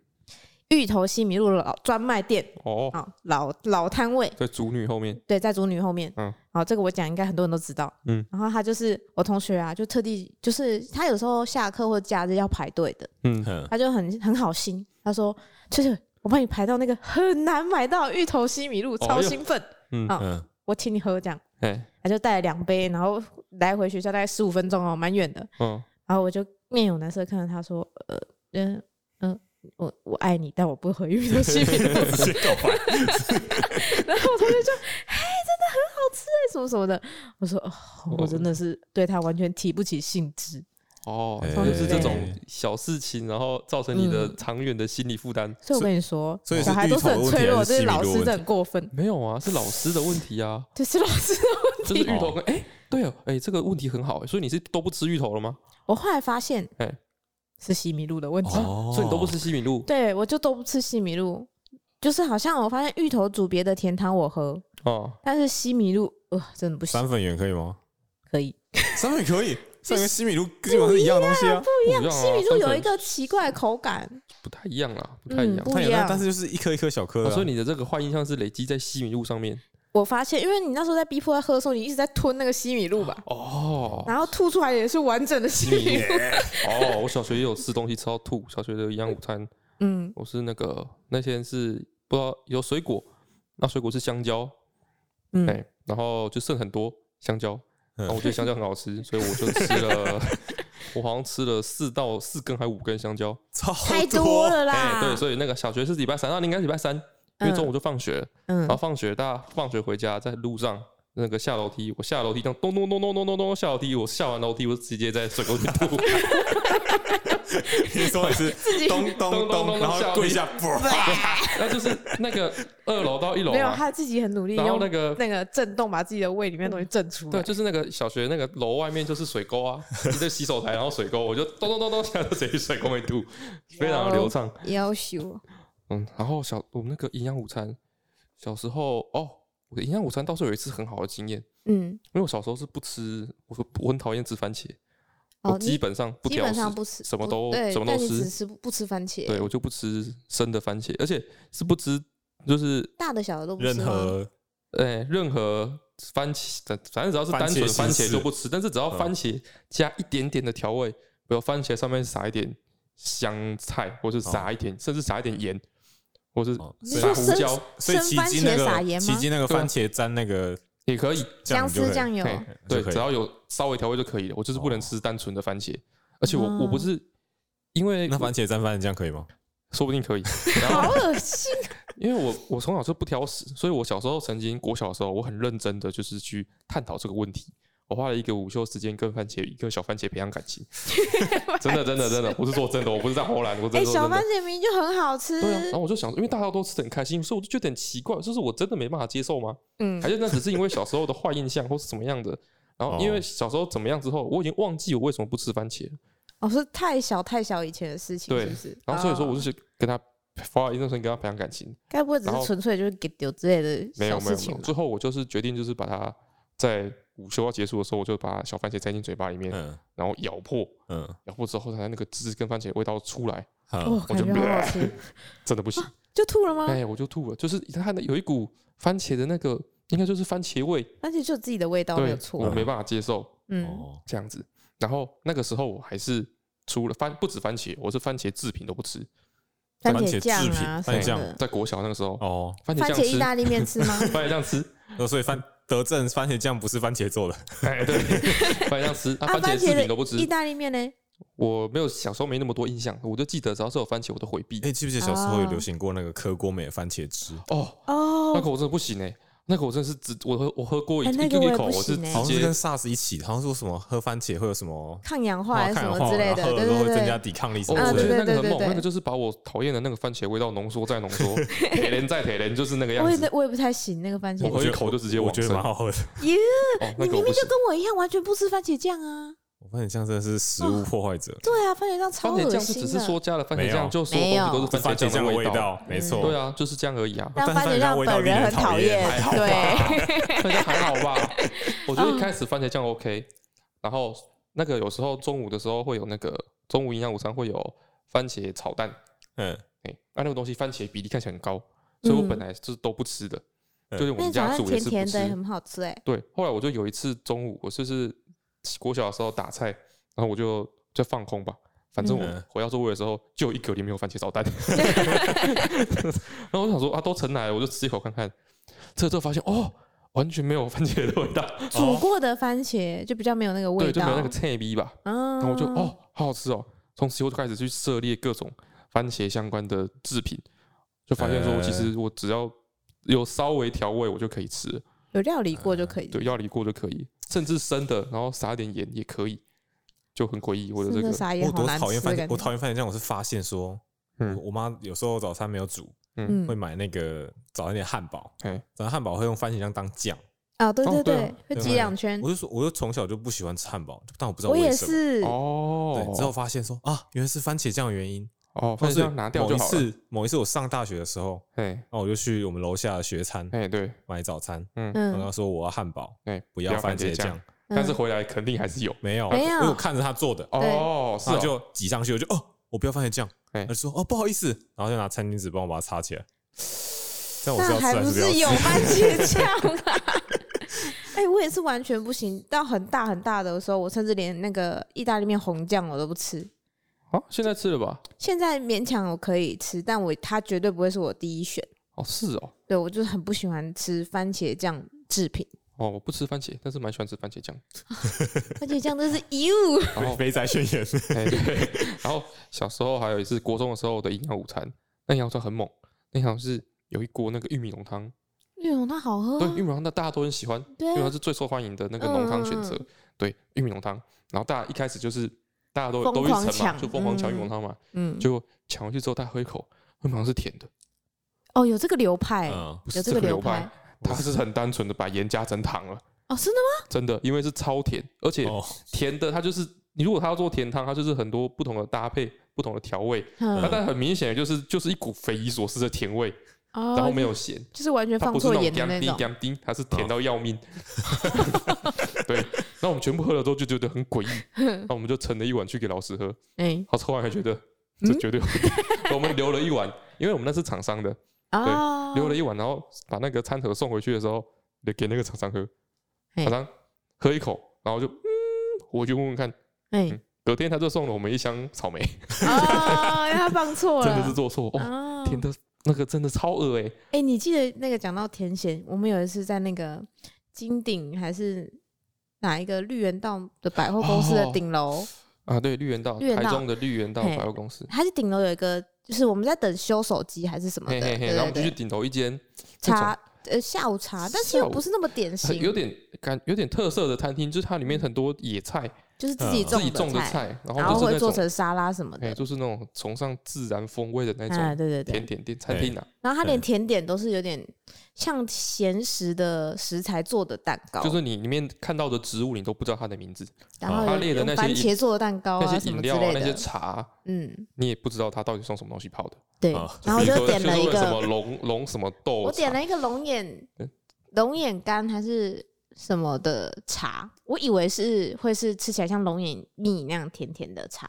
Speaker 2: 芋头西米露老专卖店，
Speaker 1: 哦，
Speaker 2: 好、老老摊位，
Speaker 1: 在主女后面，
Speaker 2: 对，在竹女后面，
Speaker 1: 嗯
Speaker 2: 嗯，好，这个我讲应该很多人都知道，
Speaker 1: 嗯
Speaker 2: 嗯，然后他就是我同学啊，就特地就是他有时候下课或假日要排队的，
Speaker 1: 嗯，
Speaker 3: 嗯
Speaker 2: 他就很很好心，他说就是我帮你排到那个很难买到的芋头西米
Speaker 3: 哦
Speaker 2: 露，
Speaker 1: 哟
Speaker 2: 超兴奋，
Speaker 1: 嗯
Speaker 2: 啊
Speaker 3: 嗯，
Speaker 2: 我请你喝这样，
Speaker 1: 哎，
Speaker 2: 他就带了两杯，然后来回学校大概十五分钟哦，蛮远的，
Speaker 1: 嗯，
Speaker 2: 然后我就面有难色看着他说，呃，嗯嗯，我我爱你，但我不喝芋头西米 露。
Speaker 3: 直接告白，
Speaker 2: 然后我同学就，嘿，真的很好吃哎，什么什么的。我说，哦，我真的是对他完全提不起兴致。
Speaker 1: 哦，
Speaker 3: 哎
Speaker 1: 就是这种
Speaker 3: 对
Speaker 1: 小事情，然后造成你的
Speaker 2: 嗯
Speaker 1: 长远的心理负担。
Speaker 2: 所以我跟你说，
Speaker 3: 所以
Speaker 2: 小孩都是很脆弱，
Speaker 3: 是
Speaker 2: 这是
Speaker 3: 芋头的问题还
Speaker 2: 老
Speaker 3: 是西米露的问题
Speaker 2: 师这很过分，
Speaker 1: 没有啊，是老师的问题 啊，
Speaker 2: 这是老师的问
Speaker 1: 就是
Speaker 2: 题。
Speaker 1: 芋头跟哎，对哦，哎，这个问题很好，所以你是都不吃芋头了吗？
Speaker 2: 我后来发现
Speaker 1: 哎，
Speaker 2: 是西米露的问题。
Speaker 3: 哦
Speaker 1: 所以你都不吃西米露
Speaker 2: 对我就都不吃西米露，就是好像我发现芋头煮别的甜汤我喝，
Speaker 1: 哦，
Speaker 2: 但是西米露，呃，真的不行，
Speaker 3: 三粉圆可以吗？
Speaker 2: 可以。
Speaker 3: 三粉可以，三粉跟西米露基本上是一样的东西啊，
Speaker 1: 不一
Speaker 2: 但
Speaker 1: 啊
Speaker 2: 西米露有
Speaker 1: 三
Speaker 2: 一个奇怪的口感，
Speaker 1: 粉不太一样啦，不太一样。
Speaker 2: 不
Speaker 3: 它有
Speaker 2: 一
Speaker 3: 那
Speaker 2: 样
Speaker 3: 但是就是一颗一颗小颗的
Speaker 1: 哦
Speaker 3: 啊，
Speaker 1: 所以你的这个坏印象是累积在西米露上面
Speaker 2: 我发现，因为你那时候在逼迫他喝的时候，你一直在吞那个西米露吧，
Speaker 1: 哦
Speaker 2: 然后吐出来也是完整的西米露。
Speaker 1: 哦，我小学也有吃东西吃到吐，小学的营养午餐，
Speaker 2: 嗯，
Speaker 1: 我是那个那天是不知道有水果，那水果是香蕉，
Speaker 2: 嗯
Speaker 1: 哎、然后就剩很多香蕉，
Speaker 3: 嗯
Speaker 1: 然后我觉得香蕉很好吃，所以我就吃 了，我好像吃了四到四根还五根香蕉，
Speaker 3: 超
Speaker 2: 太多了
Speaker 1: 哎、
Speaker 2: 啦。
Speaker 1: 对，所以那个小学是礼拜三，那应该是礼拜三，因为中午就放学了，
Speaker 2: 嗯
Speaker 1: 然后放学大家放学回家，在路上那个下楼梯，我下楼梯这样咚咚咚咚咚咚咚咚下楼梯，我下完楼梯我直接在水沟里吐，
Speaker 3: 你说的是
Speaker 2: 自己
Speaker 3: 咚咚咚，然后跪下，
Speaker 1: 那就是那个二楼到一楼啊
Speaker 2: 没有
Speaker 1: 嘛，
Speaker 2: 他自己很努力
Speaker 1: 然后
Speaker 2: 用
Speaker 1: 那个
Speaker 2: 那个震动把自己的胃里面的东西震出
Speaker 1: 对，
Speaker 2: 来。
Speaker 1: 就是那个小学那个楼外面就是水沟 啊，一堆洗手台，然后水沟，我就咚咚咚咚下到水水沟里 吐，非常的流畅。
Speaker 2: 要求
Speaker 1: 嗯，然后小我们那个营养午餐，小时候哦，我的营养午餐倒是有一次很好的经验，
Speaker 2: 嗯，
Speaker 1: 因为我小时候是不吃，我说我很讨厌吃番茄，我
Speaker 2: 哦，
Speaker 1: 基
Speaker 2: 你
Speaker 1: 本上不
Speaker 2: 基
Speaker 1: 挑
Speaker 2: 本
Speaker 1: 食，
Speaker 2: 上不吃，
Speaker 1: 什么
Speaker 2: 不
Speaker 1: 都
Speaker 2: 对
Speaker 1: 什么都
Speaker 2: 但你
Speaker 1: 吃
Speaker 2: 只吃不不吃番茄，
Speaker 1: 对我就不吃生的番茄，而且是不吃就是
Speaker 2: 大的小的都不吃
Speaker 3: 任
Speaker 2: 吗。
Speaker 3: 何
Speaker 1: 哎、任何番茄，反反正只要是单纯
Speaker 3: 番茄嗯
Speaker 1: 番
Speaker 3: 形
Speaker 1: 茄
Speaker 3: 式
Speaker 1: 就不吃，但是只要番茄加一点点的调味，比如番茄上面撒一点香菜，或是撒一点，甚至撒一点盐，或是
Speaker 3: 哦
Speaker 2: 你
Speaker 3: 所以
Speaker 1: 撒
Speaker 2: 说
Speaker 1: 胡
Speaker 2: 生
Speaker 1: 椒
Speaker 3: 所以
Speaker 2: 生
Speaker 3: 奇
Speaker 2: 番
Speaker 3: 迹那
Speaker 2: 茄撒
Speaker 3: 个
Speaker 2: 盐
Speaker 3: 奇
Speaker 2: 吗？
Speaker 3: 迹那个番茄沾那个
Speaker 1: 也可以，
Speaker 2: 姜
Speaker 3: 就可
Speaker 2: 丝
Speaker 3: 以
Speaker 2: 酱油，
Speaker 1: 嘿对，
Speaker 3: 嗯就可以
Speaker 1: 只要有稍微调味就可以了。我就是不能
Speaker 3: 哦
Speaker 1: 吃单纯的番茄，而且我
Speaker 2: 啊
Speaker 1: 我不是因为
Speaker 3: 那番茄沾番茄酱可以吗？
Speaker 1: 说不定 可以，然后
Speaker 2: 好恶心。
Speaker 1: 因为我我从小就不挑食，所以我小时候曾经国小的时候，我很认真的就是去探讨这个问题。我花了一个午休时间跟番茄跟小番茄培养感 情，真的真的真的，我是说真的， 我不是在胡乱，我真
Speaker 2: 哎，
Speaker 1: 的说
Speaker 2: 小
Speaker 1: 真
Speaker 2: 番
Speaker 1: 的。
Speaker 2: 茄明明就很好吃
Speaker 1: 对。啊，然后我就想，因为大家都吃的很开心，所以我就觉得很奇怪，就是我真的没办法接受吗？
Speaker 2: 嗯
Speaker 1: 还，是那只是因为小时候的坏印象或是怎么样的？然后因为
Speaker 3: 哦
Speaker 1: 小时候怎么样之后，我已经忘记我为什么不吃番茄了，
Speaker 2: 哦，是太小太小以前的事情，
Speaker 1: 对
Speaker 2: 是不是？
Speaker 1: 然后所以说我
Speaker 2: 哦
Speaker 1: 就是跟他花了一段时间跟他培养感情，
Speaker 2: 该不会只
Speaker 1: 然后
Speaker 2: 是纯粹就是给丢之类的
Speaker 1: 没有
Speaker 2: 小
Speaker 1: 没有
Speaker 2: 事
Speaker 1: 没
Speaker 2: 情啊
Speaker 1: 有，
Speaker 2: 吧？
Speaker 1: 最后我就是决定就是把它在午休要结束的时候，我就把小番茄塞进嘴巴里面，
Speaker 3: 嗯
Speaker 1: 然后咬破，
Speaker 3: 嗯，
Speaker 1: 咬破之后它那个汁跟番茄味道出来，
Speaker 2: 哦
Speaker 3: 好，，
Speaker 1: 我
Speaker 2: 感
Speaker 1: 就
Speaker 2: 觉好好吃，
Speaker 1: 真的不行，
Speaker 2: 就吐了吗？
Speaker 1: 哎、我就吐了，就是它那有一股番茄的那个，应该就是番茄味，
Speaker 2: 而且就有自己的味道没
Speaker 1: 对
Speaker 2: 有，错
Speaker 1: 我，没办法接受
Speaker 2: 嗯，
Speaker 3: 哦，
Speaker 1: 这样子。然后那个时候我还是除了番不止番茄，我是番茄制品都不吃，
Speaker 2: 番
Speaker 3: 番
Speaker 2: 茄
Speaker 3: 茄
Speaker 2: 酱
Speaker 3: 制品
Speaker 2: 啊什
Speaker 3: 番
Speaker 2: 么
Speaker 3: 茄酱
Speaker 2: 的，
Speaker 1: 在国小那个时候，
Speaker 3: 哦，
Speaker 1: 番茄
Speaker 2: 番
Speaker 1: 酱
Speaker 2: 茄意
Speaker 1: 吃，
Speaker 2: 大利面吃 吗？
Speaker 1: 番茄酱吃，
Speaker 3: 那所以番德政番茄酱不是番茄做的，
Speaker 1: 哎、对，番茄酱吃，啊，
Speaker 2: 啊
Speaker 1: 番茄
Speaker 2: 番茄
Speaker 1: 制
Speaker 2: 的
Speaker 1: 品都不吃
Speaker 2: 意，大利面呢？
Speaker 1: 我没有小时候没那么多印象，我就记得只要是有番茄我都回避。
Speaker 3: 哎，记不记得小时候有流行过那个柯郭美的番茄汁？
Speaker 1: 哦，那
Speaker 2: 哦，
Speaker 1: 个我真的不行哎、那个我真的是只我喝我喝过一、
Speaker 2: 哎那
Speaker 1: 一
Speaker 2: 个我也
Speaker 1: 口，
Speaker 2: 不
Speaker 1: 我是
Speaker 2: 行欸
Speaker 1: 直
Speaker 3: 好像是
Speaker 1: 接
Speaker 3: 跟 SARS 一起，好像说什么喝番茄会有什么
Speaker 2: 抗氧化还
Speaker 3: 抗
Speaker 2: 是什
Speaker 3: 氧
Speaker 2: 么
Speaker 3: 化，
Speaker 2: 之类
Speaker 3: 然
Speaker 2: 的，
Speaker 3: 后喝
Speaker 2: 对
Speaker 3: 了都
Speaker 2: 对
Speaker 3: 会增
Speaker 2: 对
Speaker 3: 加，抵抗力什
Speaker 1: 哦，
Speaker 3: 么
Speaker 2: 啊
Speaker 1: 我
Speaker 3: 之
Speaker 1: 觉
Speaker 3: 类
Speaker 1: 得那个
Speaker 3: 的。
Speaker 1: 很
Speaker 2: 对对
Speaker 1: 猛，
Speaker 2: 对
Speaker 1: 那个就是把我讨厌的那个番茄味道浓缩再浓缩，铁人再铁人就是那个样
Speaker 2: 我也
Speaker 1: 子。
Speaker 2: 我也不太行那个番茄
Speaker 1: 我
Speaker 2: 酱，
Speaker 1: 喝一口就直接
Speaker 3: 我
Speaker 1: 往
Speaker 3: 觉
Speaker 1: 生
Speaker 3: 得蛮好喝的。
Speaker 1: 哦，那
Speaker 2: 你
Speaker 1: 个我
Speaker 2: 明
Speaker 1: 不
Speaker 2: 明就
Speaker 1: 行。
Speaker 2: 跟我一样完全不吃番茄酱啊！
Speaker 3: 我发现像真的是食物破坏者，
Speaker 2: 对啊，番茄酱超
Speaker 1: 番
Speaker 2: 恶
Speaker 1: 茄
Speaker 2: 心的。
Speaker 1: 酱就只是说加了番
Speaker 3: 没
Speaker 1: 茄
Speaker 3: 有
Speaker 1: 酱，就所有东西都是
Speaker 3: 番
Speaker 1: 番
Speaker 3: 茄
Speaker 1: 茄
Speaker 3: 酱
Speaker 1: 的
Speaker 3: 味
Speaker 1: 味道。
Speaker 3: 道，没错。
Speaker 1: 对啊，就是这样而已 啊。
Speaker 2: 但
Speaker 3: 但
Speaker 2: 番
Speaker 3: 番
Speaker 2: 茄
Speaker 3: 茄
Speaker 2: 酱
Speaker 3: 酱味道
Speaker 2: 本人
Speaker 3: 令
Speaker 2: 很
Speaker 3: 人讨
Speaker 2: 厌
Speaker 3: 厌还，好吧
Speaker 2: 对，
Speaker 1: 那就还好 吧。我觉
Speaker 2: 哦
Speaker 1: 得一开始番茄酱 OK，然后那个有时候中午的时候会有那个中午营养午餐会有番茄炒蛋，
Speaker 3: 嗯，
Speaker 1: 哎、啊、那个东西番茄比例看起来很高，所以我本
Speaker 2: 嗯
Speaker 1: 来就是都不吃的，
Speaker 3: 嗯
Speaker 1: 就是我
Speaker 2: 那
Speaker 1: 们 家
Speaker 2: 早上
Speaker 1: 煮也
Speaker 2: 甜
Speaker 1: 是不
Speaker 2: 甜
Speaker 1: 吃。
Speaker 2: 的，很好吃哎。
Speaker 1: 对，后来我就有一次中午，我就是国小的时候打菜，然后我就就放空吧，反正
Speaker 3: 嗯
Speaker 1: 我回到座位的时候，就有一格里面有番茄炒 蛋，然后我想说啊，都盛来了，我就吃一口看看，吃了之后发现哦，完全没有番茄的味道，
Speaker 2: 煮过的番茄就比较没有那个味
Speaker 1: 哦对，就
Speaker 2: 道，
Speaker 1: 没有那个菜逼吧，
Speaker 2: 嗯，
Speaker 1: 然后我就哦，好好吃哦，从此以后就开始去涉猎各种番茄相关的制品，就发现说，
Speaker 3: 呃
Speaker 1: 其实我只要有稍微调味，我就可以吃了，
Speaker 2: 有料理过就可以。
Speaker 1: 对，料理过就可以，甚至生的，然后撒点盐也可以，就很诡异。我的
Speaker 2: 真
Speaker 1: 这
Speaker 2: 的
Speaker 1: 个，
Speaker 2: 啥也
Speaker 3: 我
Speaker 2: 好
Speaker 3: 多
Speaker 2: 难
Speaker 3: 讨
Speaker 2: 吃
Speaker 3: 厌
Speaker 2: 的
Speaker 3: 番
Speaker 2: 感
Speaker 3: 茄，
Speaker 2: 觉
Speaker 3: 我。讨厌番茄酱，我是发现说，我
Speaker 1: 嗯
Speaker 3: 我妈有时候早餐没有煮，
Speaker 2: 嗯
Speaker 3: 会，买那个早餐店汉堡，
Speaker 1: 哎，
Speaker 3: 早餐汉堡会用番茄酱当酱。
Speaker 2: 啊，对
Speaker 1: 哦
Speaker 2: 对
Speaker 1: 对啊
Speaker 2: 对，会
Speaker 3: 对
Speaker 2: 挤
Speaker 3: 对
Speaker 2: 两圈
Speaker 3: 我。就说，我就从小就不喜欢吃汉堡，但我不知
Speaker 2: 嗯
Speaker 3: 道
Speaker 2: 我也
Speaker 3: 为什么。
Speaker 2: 是，
Speaker 1: 哦，
Speaker 3: 对，之后发现说啊，原来是番茄酱的原因。
Speaker 1: 哦，
Speaker 3: 或
Speaker 1: 反
Speaker 3: 是
Speaker 1: 正拿掉
Speaker 3: 某
Speaker 1: 就
Speaker 3: 一
Speaker 1: 好了。
Speaker 3: 次，某一次我上大学的时候，哦
Speaker 1: 哎
Speaker 3: 那我就去我们楼下的学餐
Speaker 1: 哎，对，
Speaker 3: 买早餐，然后
Speaker 2: 嗯
Speaker 3: 跟，他说我要汉堡，
Speaker 1: 哎，
Speaker 3: 不要番
Speaker 1: 茄
Speaker 3: 茄酱，，
Speaker 1: 但是
Speaker 2: 嗯
Speaker 1: 回来肯定还是有。
Speaker 3: 没有，
Speaker 2: 没有
Speaker 3: 因为我看着他做的，
Speaker 1: 哦，是啊，
Speaker 3: 然后就挤上去，我就哦，我不要番茄酱，
Speaker 1: 哎
Speaker 3: 他就说哦不好意思，然后就拿餐巾纸帮我把它擦起来。但我是
Speaker 2: 那
Speaker 3: 要吃
Speaker 2: 还
Speaker 3: 还
Speaker 2: 不
Speaker 3: 是不要
Speaker 2: 是
Speaker 3: 吃？
Speaker 2: 有番茄酱啊？ 哎，我也是完全不行，到很大很大的时候，我甚至连那个意大利面红酱我都不吃。
Speaker 1: 好，现在吃了吧？
Speaker 2: 现在勉强我可以吃，但我它绝对不会是我第一选。
Speaker 1: 哦，是哦，
Speaker 2: 对我就是很不喜欢吃番茄酱制品，
Speaker 1: 哦，我不吃番茄，但是蛮喜欢吃番 茄酱。
Speaker 2: 番茄酱真 是 you
Speaker 1: 然后
Speaker 3: 肥宅宣言，
Speaker 1: 哎，对。然后小时候还有一次，国中的时候我的营养午餐，那营养午餐很猛，那营养是有一锅那个玉米浓汤，
Speaker 2: 那种它好喝
Speaker 1: 对，
Speaker 2: 啊，
Speaker 1: 玉米浓汤大家都很喜欢，
Speaker 2: 对
Speaker 1: 因为它
Speaker 2: 啊，
Speaker 1: 是最受欢迎的那个浓汤选择，
Speaker 2: 嗯嗯
Speaker 1: 对，玉米浓汤。然后大家一开始就是大家都
Speaker 2: 疯
Speaker 1: 都一
Speaker 2: 狂
Speaker 1: 层嘛，
Speaker 2: 抢
Speaker 1: 就疯狂抢玉米
Speaker 2: 嗯
Speaker 1: 浓汤嘛，
Speaker 2: 嗯，
Speaker 1: 结果抢回去之后，大家喝一口，玉米浓汤是甜的，
Speaker 2: 哦，有这个流派，
Speaker 3: 嗯，
Speaker 1: 不是
Speaker 2: 有
Speaker 1: 这
Speaker 2: 个
Speaker 1: 流
Speaker 2: 流派，
Speaker 1: 它是很单纯的把盐加成糖了，
Speaker 2: 哦，真的吗？
Speaker 1: 真的，因为是超甜，而且
Speaker 3: 哦，
Speaker 1: 甜的它就是你如果它要做甜汤，它就是很多不同的搭配、不同的调味，它
Speaker 2: 嗯，
Speaker 1: 但很明显的就是就是一股匪夷所思的甜味，
Speaker 2: 哦
Speaker 1: 然后没有咸，
Speaker 2: 就是完全
Speaker 1: 它
Speaker 2: 放
Speaker 1: 不是
Speaker 2: 错
Speaker 1: 那种
Speaker 2: 盐的
Speaker 1: 甘
Speaker 2: 那
Speaker 1: 滴
Speaker 2: 种， 哦
Speaker 1: 甘滴，它是甜到要命。 对，那我们全部喝了之后就觉得很诡异，那我们就盛了一碗去给老师喝，
Speaker 2: 哎，
Speaker 1: 他喝完还觉得这
Speaker 2: 嗯
Speaker 1: 绝对有问题，我们留了一碗，因为我们那是厂商的，
Speaker 2: 啊，
Speaker 1: 留了一碗，然后把那个餐盒送回去的时候，给给那个厂商喝，
Speaker 2: 嘿
Speaker 1: 厂商喝一口，然后就嗯，我就问问看，
Speaker 2: 哎，
Speaker 1: 隔天他就送了我们一箱草莓，
Speaker 2: 哦，他放错 了，
Speaker 1: 真的是做错哦，
Speaker 2: 哦
Speaker 1: 甜的那个真的超恶哎、
Speaker 2: 哎、你记得那个讲到甜咸，我们有一次在那个金鼎还是哪一个绿园道的百货公司的
Speaker 1: 哦
Speaker 2: 顶楼，
Speaker 1: 啊，对，绿园道，
Speaker 2: 绿园
Speaker 1: 台
Speaker 2: 道
Speaker 1: 中的绿园道
Speaker 2: 嘿
Speaker 1: 百货公司，
Speaker 2: 它是顶楼有一个，就是我们在等修手机还是什么
Speaker 1: 嘿
Speaker 2: 的，
Speaker 1: 嘿嘿，
Speaker 2: 对
Speaker 1: 然后我
Speaker 2: 对
Speaker 1: 们就去
Speaker 2: 对，
Speaker 1: 顶头一间那种
Speaker 2: 茶呃下午茶，但是又
Speaker 1: 下午
Speaker 2: 不是那么典
Speaker 1: 很
Speaker 2: 型，
Speaker 1: 有点感有点特色的餐厅，就是它里面很多野菜，
Speaker 2: 就是嗯自己
Speaker 3: 嗯
Speaker 1: 自己
Speaker 2: 种
Speaker 1: 种的
Speaker 2: 菜，
Speaker 1: 菜，然
Speaker 2: 然
Speaker 1: 后
Speaker 2: 后
Speaker 1: 就是
Speaker 2: 会
Speaker 1: 那
Speaker 2: 做
Speaker 1: 种，
Speaker 2: 成沙拉什么
Speaker 1: 哎，
Speaker 2: 的。
Speaker 1: 就是那种崇尚自然风味的那
Speaker 2: 哎，
Speaker 1: 种
Speaker 2: 对对
Speaker 1: 甜
Speaker 2: 对，
Speaker 1: 点店餐厅啊，
Speaker 2: 然后它连
Speaker 3: 嗯
Speaker 2: 甜点都是有点像咸食的食材做的蛋糕，
Speaker 1: 就是你里面看到的植物，你都不知道它的名字，
Speaker 2: 然后
Speaker 1: 它
Speaker 2: 有
Speaker 1: 列的
Speaker 2: 用
Speaker 1: 那些
Speaker 2: 番
Speaker 1: 饮
Speaker 2: 茄做的蛋糕
Speaker 1: 那
Speaker 2: 啊
Speaker 1: 些
Speaker 2: 什
Speaker 1: 饮
Speaker 2: 么之
Speaker 1: 料啊
Speaker 2: 类，
Speaker 1: 那些
Speaker 2: 的，
Speaker 1: 茶，
Speaker 2: 嗯，
Speaker 1: 你也不知道它到底是用什么东西泡的，
Speaker 2: 对
Speaker 3: 啊，
Speaker 2: 然后
Speaker 1: 比如
Speaker 2: 就
Speaker 1: 说
Speaker 2: 点
Speaker 1: 就
Speaker 2: 了
Speaker 1: 是
Speaker 2: 一
Speaker 1: 会什
Speaker 2: 个
Speaker 1: 么龙龙什么豆，
Speaker 2: 我点了一个龙眼
Speaker 1: 嗯
Speaker 2: 龙眼干还是什么的茶，我以为是会是吃起来像龙眼蜜那样甜甜的茶，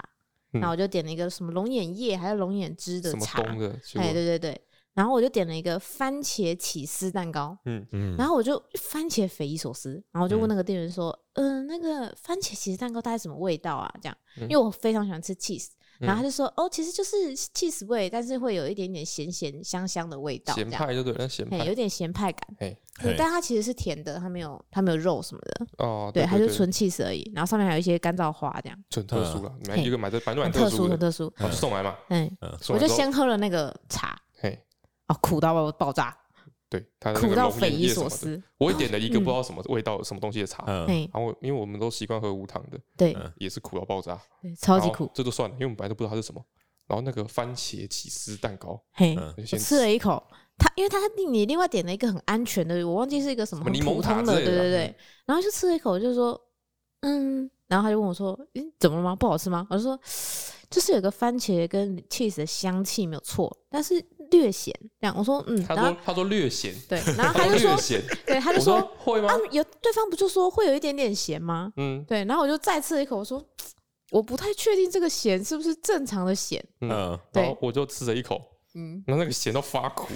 Speaker 1: 嗯
Speaker 2: 然后我就点了一个什么龙眼叶还是龙眼汁的
Speaker 1: 什么
Speaker 2: 茶，
Speaker 1: 东的，结
Speaker 2: 哎，
Speaker 1: 果
Speaker 2: 对对对，然后我就点了一个番茄起司蛋糕，
Speaker 3: 嗯，
Speaker 2: 然后我就番茄匪夷所思，然后我就问
Speaker 3: 嗯
Speaker 2: 那个店呃员说：“嗯、那个番茄起司蛋糕大概什么味道啊？”这样，
Speaker 1: 嗯
Speaker 2: 因为我非常喜欢吃 cheese，然后他就说：“哦，其实就是 cheese 味，但是会有一点点咸咸香香的味道，这
Speaker 1: 咸
Speaker 2: 样，
Speaker 1: 派就对了，那咸
Speaker 2: 嘿，有
Speaker 1: 派
Speaker 2: 点咸派感。
Speaker 1: 嘿
Speaker 2: 嗯
Speaker 3: 嘿
Speaker 2: 但它其实是甜的，它没有它没有肉什么的，
Speaker 1: 哦，
Speaker 2: 对，
Speaker 1: 对，
Speaker 2: 它就
Speaker 1: 对
Speaker 2: 纯 cheese 而已。然后上面还有一些干燥花，这样
Speaker 1: 纯特殊了，买
Speaker 2: 嘿
Speaker 1: 一个买的反正
Speaker 2: 很
Speaker 1: 蛮
Speaker 2: 特
Speaker 1: 殊
Speaker 2: 很
Speaker 1: 的，
Speaker 2: 特殊。
Speaker 1: 好就送来嘛，
Speaker 2: 嗯，
Speaker 3: 嗯，
Speaker 1: 送来
Speaker 2: 我就
Speaker 1: 之后
Speaker 2: 先喝了那个茶，
Speaker 1: 嘿，
Speaker 2: 哦，苦到爆爆炸，
Speaker 1: 对，它的那
Speaker 2: 苦
Speaker 1: 个
Speaker 2: 到
Speaker 1: 龙
Speaker 2: 匪
Speaker 1: 眼
Speaker 2: 夷
Speaker 1: 叶什
Speaker 2: 所
Speaker 1: 么的，
Speaker 2: 思。
Speaker 1: 我也点 了一个
Speaker 2: 嗯
Speaker 1: 不知道什么味道什么东西的茶，
Speaker 3: 嗯，
Speaker 2: 嘿，
Speaker 1: 然后因为我们都习惯喝无糖的，
Speaker 2: 对
Speaker 3: 嗯
Speaker 1: 也是苦到爆炸，
Speaker 2: 对，超级
Speaker 1: 然后
Speaker 2: 苦，
Speaker 1: 这就算了，因为我们本来都不知道它是什么。然后那个番茄起司蛋糕，
Speaker 2: 嘿，
Speaker 3: 嗯
Speaker 1: 我就
Speaker 2: 我
Speaker 1: 先
Speaker 2: 吃了一口，它因为它你另外点了一个很安全的，我忘记是一个什
Speaker 1: 什
Speaker 2: 么
Speaker 1: 么
Speaker 2: 很
Speaker 1: 柠檬
Speaker 2: 普
Speaker 1: 塔
Speaker 2: 通
Speaker 1: 之
Speaker 2: 的，
Speaker 1: 类
Speaker 2: 对
Speaker 1: 的吧嗯
Speaker 2: 对对。然后就吃了一口，我就说嗯，然后他就问我说，嗯，怎么了吗？不好吃吗？我就说就是有个番茄跟 cheese 的香气没有错，但是略咸。这样我说嗯，
Speaker 1: 他
Speaker 2: 然后
Speaker 1: 说他说略咸，
Speaker 2: 对，然后
Speaker 1: 他
Speaker 2: 他就
Speaker 1: 略
Speaker 2: 说，
Speaker 1: 咸，
Speaker 2: 对，他
Speaker 1: 我
Speaker 2: 就
Speaker 1: 说
Speaker 2: 说
Speaker 1: 会吗
Speaker 2: 啊？，有对方不就说会有一点点咸吗？
Speaker 1: 嗯
Speaker 2: 对，然后我就再吃了一口，我说我不太确定这个咸是不是正常的咸，
Speaker 1: 嗯，
Speaker 3: 嗯，
Speaker 1: 然
Speaker 2: 对
Speaker 1: 后我就吃了一口，
Speaker 2: 嗯，
Speaker 1: 然后那个咸到发苦，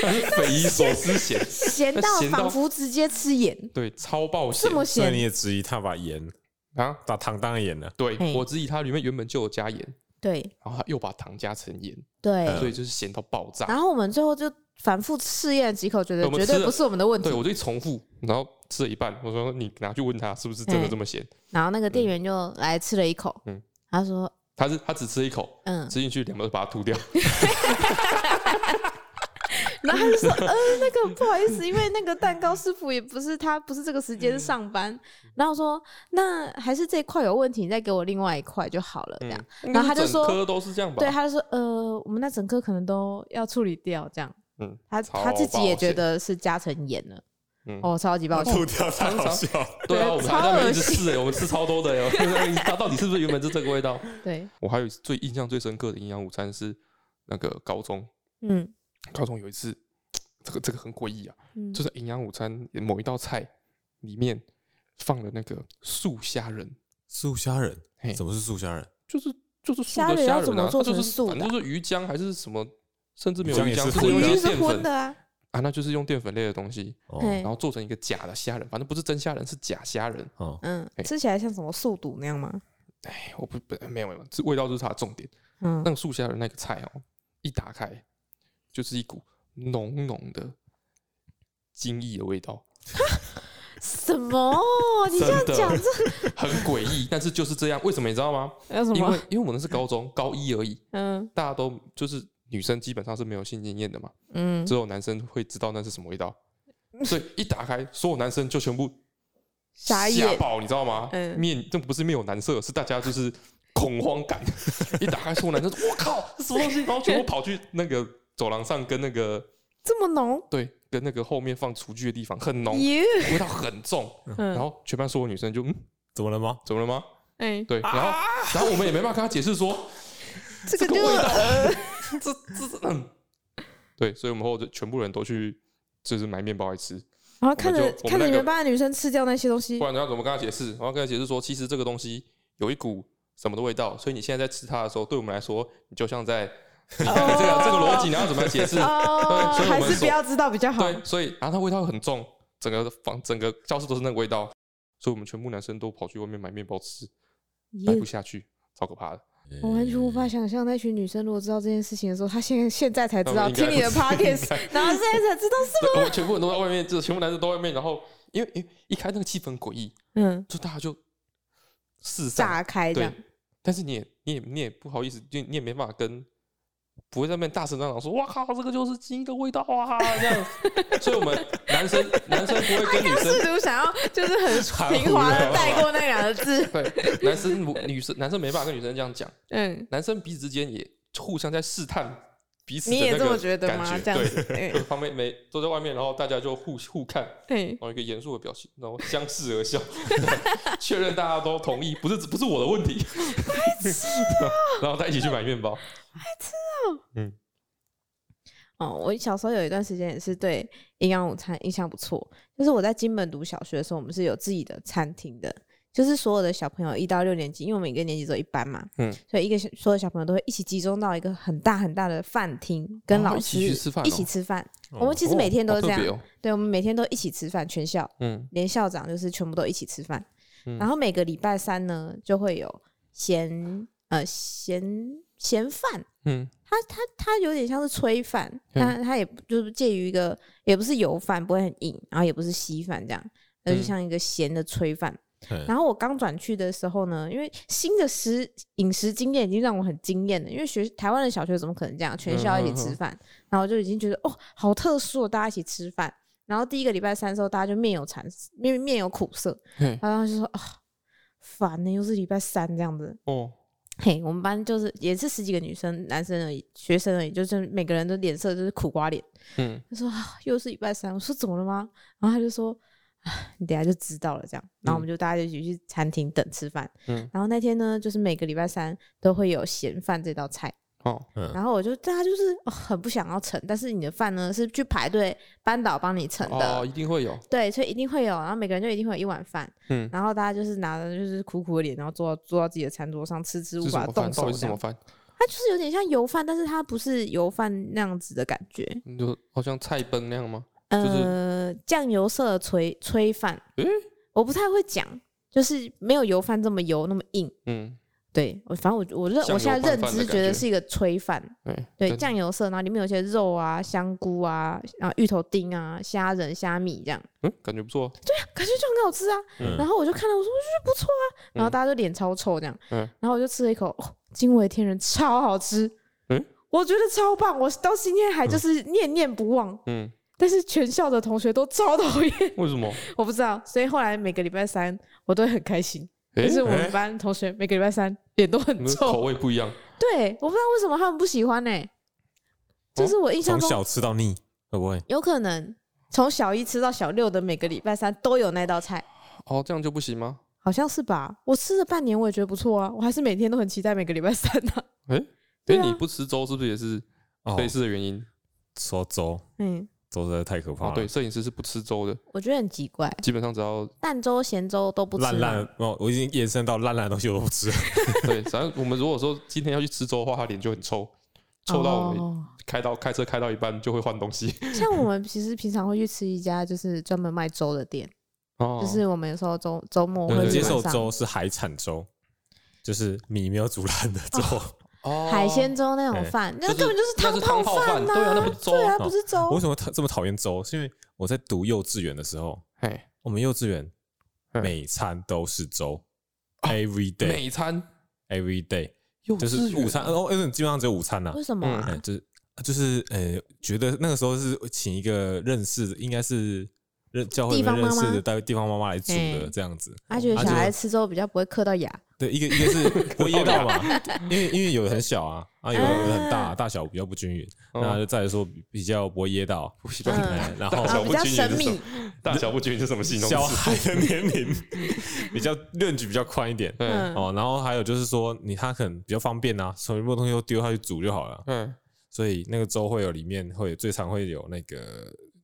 Speaker 1: 但 是匪夷所思咸，
Speaker 2: 咸
Speaker 1: 那
Speaker 2: 到
Speaker 1: 咸到
Speaker 2: 仿佛直接吃盐。
Speaker 1: 对，超爆
Speaker 2: 这
Speaker 1: 咸
Speaker 2: 么
Speaker 3: 所以
Speaker 2: 咸
Speaker 3: 你也质疑他把盐
Speaker 1: 啊！
Speaker 3: 把糖当盐了，
Speaker 1: 对
Speaker 2: 嘿
Speaker 1: 我质疑它里面原本就有加盐，
Speaker 2: 对
Speaker 1: 然后他又把糖加成盐，
Speaker 2: 对、
Speaker 3: 嗯
Speaker 1: 所以就是咸到爆炸。
Speaker 2: 然后我们最后就反复试验了几口，觉
Speaker 1: 对
Speaker 2: 得
Speaker 1: 我们
Speaker 2: 绝
Speaker 1: 吃
Speaker 2: 对
Speaker 1: 了
Speaker 2: 不是我们的问题
Speaker 1: 对。我就一重复，然后吃了一半，我说你拿去问他是不是真的
Speaker 2: 嘿
Speaker 1: 这么咸？
Speaker 2: 然后那个店员就来吃了一口，
Speaker 1: 嗯
Speaker 2: 他说
Speaker 1: 他是他只吃一口，：“
Speaker 2: 嗯。
Speaker 1: 吃进去两个就把它吐掉。”
Speaker 2: 然后他 就说：“呃，那个不好意思，因为那个蛋糕师傅也不是他，不是这个时间上
Speaker 1: 嗯
Speaker 2: 班。”然后我说：“那还是这块有问题，你再给我另外一块就好了。”这样，
Speaker 1: 嗯
Speaker 2: 啊然后他就说
Speaker 1: 应该是整颗都是这样吧？
Speaker 2: 对，他就说：“呃，我们那整颗可能都要处理掉。”这样，
Speaker 1: 嗯，
Speaker 2: 他
Speaker 1: 超
Speaker 2: 他自己也
Speaker 1: 爆咸
Speaker 2: 觉，得是加成盐了，
Speaker 1: 嗯
Speaker 2: 哦，超级抱歉。
Speaker 3: 吐掉太好笑了。
Speaker 1: 对啊，
Speaker 2: 对
Speaker 1: 我们
Speaker 2: 超
Speaker 1: 还在那边一直
Speaker 2: 恶心
Speaker 1: 试哎，我们吃超多的哟，它到底是不是原本是这个味道？
Speaker 2: 对，
Speaker 1: 我还有最印象最深刻的营养午餐是那个高中，
Speaker 2: 嗯
Speaker 1: 高中有一次，这个这个很诡异啊，
Speaker 2: 嗯，
Speaker 1: 就是营养午餐某一道菜里面放了那个素虾仁，
Speaker 3: 素虾仁
Speaker 1: 嘿，
Speaker 3: 什么是素虾仁？
Speaker 1: 就是就是素
Speaker 2: 虾
Speaker 1: 的
Speaker 2: 仁
Speaker 1: 虾
Speaker 2: 要怎
Speaker 1: 仁
Speaker 2: 么
Speaker 1: 啊，它
Speaker 2: 做
Speaker 1: 就
Speaker 2: 成
Speaker 1: 是
Speaker 2: 素
Speaker 1: 反正就是鱼浆还是什么，甚至没有
Speaker 3: 鱼浆也
Speaker 1: 浆，就
Speaker 3: 是
Speaker 2: 它
Speaker 1: 是用
Speaker 2: 鱼
Speaker 3: 混的
Speaker 1: 一
Speaker 2: 就
Speaker 1: 些
Speaker 2: 是
Speaker 1: 淀
Speaker 2: 荤
Speaker 1: 粉
Speaker 2: 的啊，
Speaker 1: 啊，那就是用淀粉类的东西，
Speaker 3: 哦
Speaker 2: 嘿
Speaker 1: 然后做成一个假的虾仁，反正不是真虾仁，是假虾仁。
Speaker 3: 哦，
Speaker 2: 嗯
Speaker 1: 嘿，
Speaker 2: 吃起来像什么素肚那样吗？
Speaker 1: 哎，我不不没有没有，这味道就是它的重点。
Speaker 2: 嗯
Speaker 1: 那，个树下的那个菜哦，一打开就是一股浓浓的精液的味道，
Speaker 2: 什么？你这
Speaker 1: 真
Speaker 2: 样讲
Speaker 1: 的
Speaker 2: 这
Speaker 1: 很诡异，但是就是这样。为什么你知道吗？
Speaker 2: 有什
Speaker 1: 因为
Speaker 2: 么？
Speaker 1: 因为我们那是高中高一而已，
Speaker 2: 嗯
Speaker 1: 大家都就是女生基本上是没有性经验的嘛，
Speaker 2: 嗯
Speaker 1: 只，有男生会知道那是什么味道，所以一打开，所有男生就全部
Speaker 2: 傻
Speaker 1: 吓
Speaker 2: 眼，
Speaker 1: 爆，你知道吗？
Speaker 2: 嗯
Speaker 1: 面这不是面有难色，是大家就是恐慌感。 一打开，所有男生说，我靠，这什么东西？然后全部跑去那个走廊上跟那个。
Speaker 2: 这么浓，
Speaker 1: 对，跟那个后面放厨具的地方很浓，
Speaker 2: 耶！
Speaker 1: 味道很重。然
Speaker 2: 嗯，
Speaker 1: 后全班所有女生就嗯，
Speaker 3: 怎么了吗？
Speaker 1: 怎么了吗？
Speaker 2: 哎，
Speaker 1: 对，然后然后我们也没办法跟他解释 说
Speaker 2: 这
Speaker 1: 这
Speaker 2: 个
Speaker 1: 个
Speaker 2: 就
Speaker 1: 味道，这这这嗯，对，所以我们后来就全部人都去就是买面包来吃，
Speaker 2: 然后看
Speaker 1: 我
Speaker 2: 着
Speaker 1: 们就我们
Speaker 2: 看着
Speaker 1: 那
Speaker 2: 你
Speaker 1: 个
Speaker 2: 们班的女生吃掉那些东西
Speaker 1: 不，然 你要怎么跟他解释？然后跟他解释说，其实这个东西有一股什么的味道，所以你现在在吃它的时候，对我们来说，你就像在你看这个这个逻辑，你要怎么解释？
Speaker 2: 哦
Speaker 1: 对所以我们
Speaker 2: 还是
Speaker 1: 手
Speaker 2: 不要知道比较好。
Speaker 1: 对，所以然后它味道很重，整个房整个教室都是那个味道，所以我们全部男生都跑去外面买面包吃，待
Speaker 2: 耶
Speaker 1: 哎不下去，超可怕的。
Speaker 2: 我完全无
Speaker 3: 哎
Speaker 2: 法想象那群女生如果知道这件事情的时候，她现在现在才知
Speaker 1: 他
Speaker 2: 道
Speaker 1: 们应该
Speaker 2: 听你的
Speaker 1: 不知
Speaker 2: podcast，然 后现在才知道是
Speaker 1: 对，我们全部人都在外面，就是全部男生都在外面，然后因为因为一开那个气氛诡异，
Speaker 2: 嗯
Speaker 1: 就大家就四散，
Speaker 2: 炸开这
Speaker 1: 对
Speaker 2: 样，，
Speaker 1: 但是你也你也你也不好意思，就你也没办法跟。不会在那边大声嚷嚷说：“哇靠，这个就是鸡的味道啊！”这样，所以我们男生男生不会跟女生
Speaker 2: 试图想要 就是 很
Speaker 3: 含
Speaker 1: 哦
Speaker 3: 糊
Speaker 2: 平滑
Speaker 3: 的
Speaker 2: 的带过那两个字，
Speaker 1: 对男生不女生男生没办法跟女生这样讲，
Speaker 2: 嗯。
Speaker 1: 男生彼此之间也互相在试探彼此的
Speaker 2: 你
Speaker 1: 那
Speaker 2: 也
Speaker 1: 个感
Speaker 2: 这
Speaker 1: 觉。
Speaker 2: 么觉得吗？这样子，
Speaker 1: 对，
Speaker 2: 对
Speaker 1: 就旁边没都在外面，然后大家就互互看，然
Speaker 2: 对，
Speaker 1: 哦后一个严肃的表情，然后相视而笑， 对确认大家都同意，不是不是我的问题。然后再一起去买面包，
Speaker 2: 哦，我小时候有一段时间也是对营养午餐印象不错，就是我在金门读小学的时候，我们是有自己的餐厅的，就是所有的小朋友一到六年级，因为我们一个年级只有一班嘛，
Speaker 1: 嗯
Speaker 2: 嗯，所以一个小所有小朋友都会一起集中到一个很大很大的饭厅，跟
Speaker 1: 哦
Speaker 2: 老
Speaker 1: 一
Speaker 2: 师
Speaker 1: 起去吃饭
Speaker 2: 一
Speaker 1: 哦
Speaker 2: 起吃饭。
Speaker 3: 哦
Speaker 2: 我们其实每天都是这样，
Speaker 1: 哦好特别哦
Speaker 2: 对，我们每天都一起吃饭，全校
Speaker 1: 嗯，
Speaker 2: 连校长就是全部都一起吃饭。
Speaker 1: 嗯
Speaker 2: 然后每个礼拜三呢，就会有咸呃嫌嫌犯，
Speaker 1: 嗯，
Speaker 2: 他他他有点像是炊饭，
Speaker 1: 嗯
Speaker 2: 但他也不就是介于一个也不是油饭，不会很硬，然后也不是稀饭这样，那就
Speaker 1: 嗯
Speaker 2: 像一个咸的炊饭。
Speaker 3: 嗯
Speaker 2: 然后我刚转去的时候呢，因为新的食饮食经验已经让我很惊艳了，因为学台湾的小学怎么可能这样全校一起吃饭？然后我就已经觉得哦，好特殊哦，大家一起吃饭。然后第一个礼拜三的时候，大家就面有馋，面面有苦涩，
Speaker 1: 嘿，
Speaker 2: 然后就说啊，烦呢、又是礼拜三这样子。
Speaker 1: 哦，
Speaker 2: 嘿，我们班就是也是十几个女生、男生而已，学生而已，就是每个人的脸色就是苦瓜脸。
Speaker 1: 嗯，
Speaker 2: 他说、啊、又是礼拜三，我说怎么了吗？然后他就说，唉你等一下就知道了这样。然后我们就大家就一起去餐厅等吃饭。
Speaker 1: 嗯
Speaker 2: 然后那天呢，就是每个礼拜三都会有咸饭这道菜。
Speaker 1: 哦，
Speaker 3: 嗯
Speaker 2: 然后我就大家就是、哦很不想要盛，但是你的饭呢是去排队班导帮你盛的。
Speaker 1: 哦，一定会有，
Speaker 2: 对，所以一定会有，然后每个人就一定会有一碗饭，
Speaker 1: 嗯，
Speaker 2: 然后大家就是拿着就是苦苦的脸，然后坐到坐到自己的餐桌上吃吃无
Speaker 1: 是什么
Speaker 2: 法动
Speaker 1: 饭？到
Speaker 2: 手
Speaker 1: 底是
Speaker 2: 这
Speaker 1: 什么
Speaker 2: 样。
Speaker 1: 饭？
Speaker 2: 它就是有点像油饭，但是它不是油饭那样子的感觉，
Speaker 1: 你就好像菜崩那样吗？是
Speaker 2: 呃，酱油色的炊炊饭，
Speaker 1: 嗯
Speaker 2: 我不太会讲，就是没有油饭这么油那么硬。
Speaker 1: 嗯，
Speaker 2: 对我，反正我我认
Speaker 1: 酱
Speaker 2: 我现在
Speaker 1: 油拌
Speaker 2: 认
Speaker 1: 饭的
Speaker 2: 知
Speaker 1: 感
Speaker 2: 觉得
Speaker 1: 觉
Speaker 2: 是一个炊饭，
Speaker 1: 对
Speaker 2: 对
Speaker 1: 但
Speaker 2: 酱油色，然后里面有些肉啊、香菇啊、啊芋头丁啊、虾仁、虾米这样，
Speaker 1: 嗯，感觉不错，
Speaker 2: 感觉就很好吃啊。
Speaker 3: 嗯
Speaker 2: 然后我就看到我说我觉得不错啊，然后
Speaker 1: 嗯
Speaker 2: 大家就脸超臭这样，
Speaker 1: 嗯
Speaker 2: 然后我就吃了一口，哦，惊为天人，超好吃，
Speaker 1: 嗯，
Speaker 2: 我觉得超棒，我到今天还就是念念不忘，
Speaker 1: 嗯，
Speaker 2: 但是全校的同学都超讨厌，
Speaker 1: 为什么？
Speaker 2: 我不知道，所以后来每个礼拜三我都会很开心，
Speaker 1: 诶
Speaker 2: 但是我
Speaker 3: 诶
Speaker 2: 们班同学每个礼拜三脸都
Speaker 1: 你
Speaker 2: 很
Speaker 1: 们口
Speaker 2: 臭，
Speaker 1: 味不一样，
Speaker 2: 对，我不知道为什么他们不喜欢呢、就是我印象中
Speaker 3: 从小吃到腻，会不会？
Speaker 2: 有可能从小一吃到小六的每个礼拜三都有那道菜。
Speaker 1: 哦，这样就不行吗？
Speaker 2: 好像是吧？我吃了半年，我也觉得不错啊，我还是每天都很期待每个礼拜三啊。
Speaker 1: 哎
Speaker 2: 对，啊
Speaker 1: 你不吃粥是不是也是
Speaker 3: 哦
Speaker 1: 类，似的原因？
Speaker 3: 说到粥，
Speaker 2: 嗯，
Speaker 3: 粥实在太可怕
Speaker 1: 哦，
Speaker 3: 了。
Speaker 1: 对，摄影师是不吃粥的，
Speaker 2: 我觉得很奇怪，
Speaker 1: 基本上只要
Speaker 2: 淡粥、咸粥都不吃吗。啊
Speaker 1: 啊
Speaker 3: 烂烂的哦，我已经延伸到烂烂的东西我都不吃。
Speaker 1: 对，反正我们如果说今天要去吃粥的话，他脸就很臭，臭到我们
Speaker 2: 哦
Speaker 1: 开到开车开到一半就会换东西。
Speaker 2: 像我们其实平常会去吃一家就是专门卖粥的店，
Speaker 1: 哦
Speaker 2: 就是我们有时候周周末
Speaker 3: 能
Speaker 2: 会
Speaker 3: 接
Speaker 2: 去
Speaker 3: 受
Speaker 2: 晚上
Speaker 3: 粥是海产粥，就是米没有煮烂的粥。
Speaker 1: 哦
Speaker 2: 海鲜粥那种
Speaker 3: 对
Speaker 2: 饭，
Speaker 1: 就
Speaker 2: 那
Speaker 1: 是
Speaker 2: 根本就是
Speaker 1: 那是
Speaker 2: 泡
Speaker 1: 汤泡饭
Speaker 2: 呐。
Speaker 1: 对啊那不是粥
Speaker 2: 对啊，
Speaker 1: 啊
Speaker 2: 不是粥。
Speaker 3: 我为什么特这么讨厌粥？是因为我在读幼稚园的时候，
Speaker 1: 嘿，
Speaker 3: 我们幼稚园
Speaker 1: 嗯哦
Speaker 3: 每餐都是粥，every day
Speaker 1: 每餐
Speaker 3: every day，
Speaker 1: 幼
Speaker 3: 就
Speaker 1: 稚
Speaker 3: 是
Speaker 1: 园
Speaker 3: 午餐哦，因为基本上只有午餐呐、
Speaker 2: 为什么啊？
Speaker 3: 嗯，就是就是呃，觉得那个时候是请一个认识的，应该是认教会里面
Speaker 2: 地方妈
Speaker 3: 认
Speaker 2: 妈
Speaker 3: 识的带地方妈妈来煮的
Speaker 2: 嗯
Speaker 3: 这样子。
Speaker 2: 他觉得
Speaker 3: 啊
Speaker 2: 小
Speaker 3: 就
Speaker 2: 孩吃粥比较不会嗑到牙。
Speaker 3: 对，一个一个是 不会噎到嘛，因为因为有的很小啊，啊有的有的很大，大小比较不均匀，
Speaker 1: 哦
Speaker 3: 那就再来说比较不会噎到，
Speaker 1: 不习
Speaker 2: 嗯
Speaker 1: 惯，
Speaker 3: 哎，然后
Speaker 1: 大
Speaker 2: 啊，
Speaker 1: 小
Speaker 2: 比
Speaker 1: 不
Speaker 2: 较
Speaker 1: 均匀
Speaker 2: 神
Speaker 1: 是什
Speaker 2: 秘
Speaker 1: 么，大小不均匀是什么 形容
Speaker 3: 小
Speaker 1: 词？
Speaker 3: 孩的年龄比较论据比较宽一点。
Speaker 1: 嗯
Speaker 2: 嗯，
Speaker 3: 哦，然后还有就是说，你他可能比较方便啊呐、什么东西都丢下去煮就好了，
Speaker 1: 嗯，
Speaker 3: 所以那个粥会有里面会有最常会有那个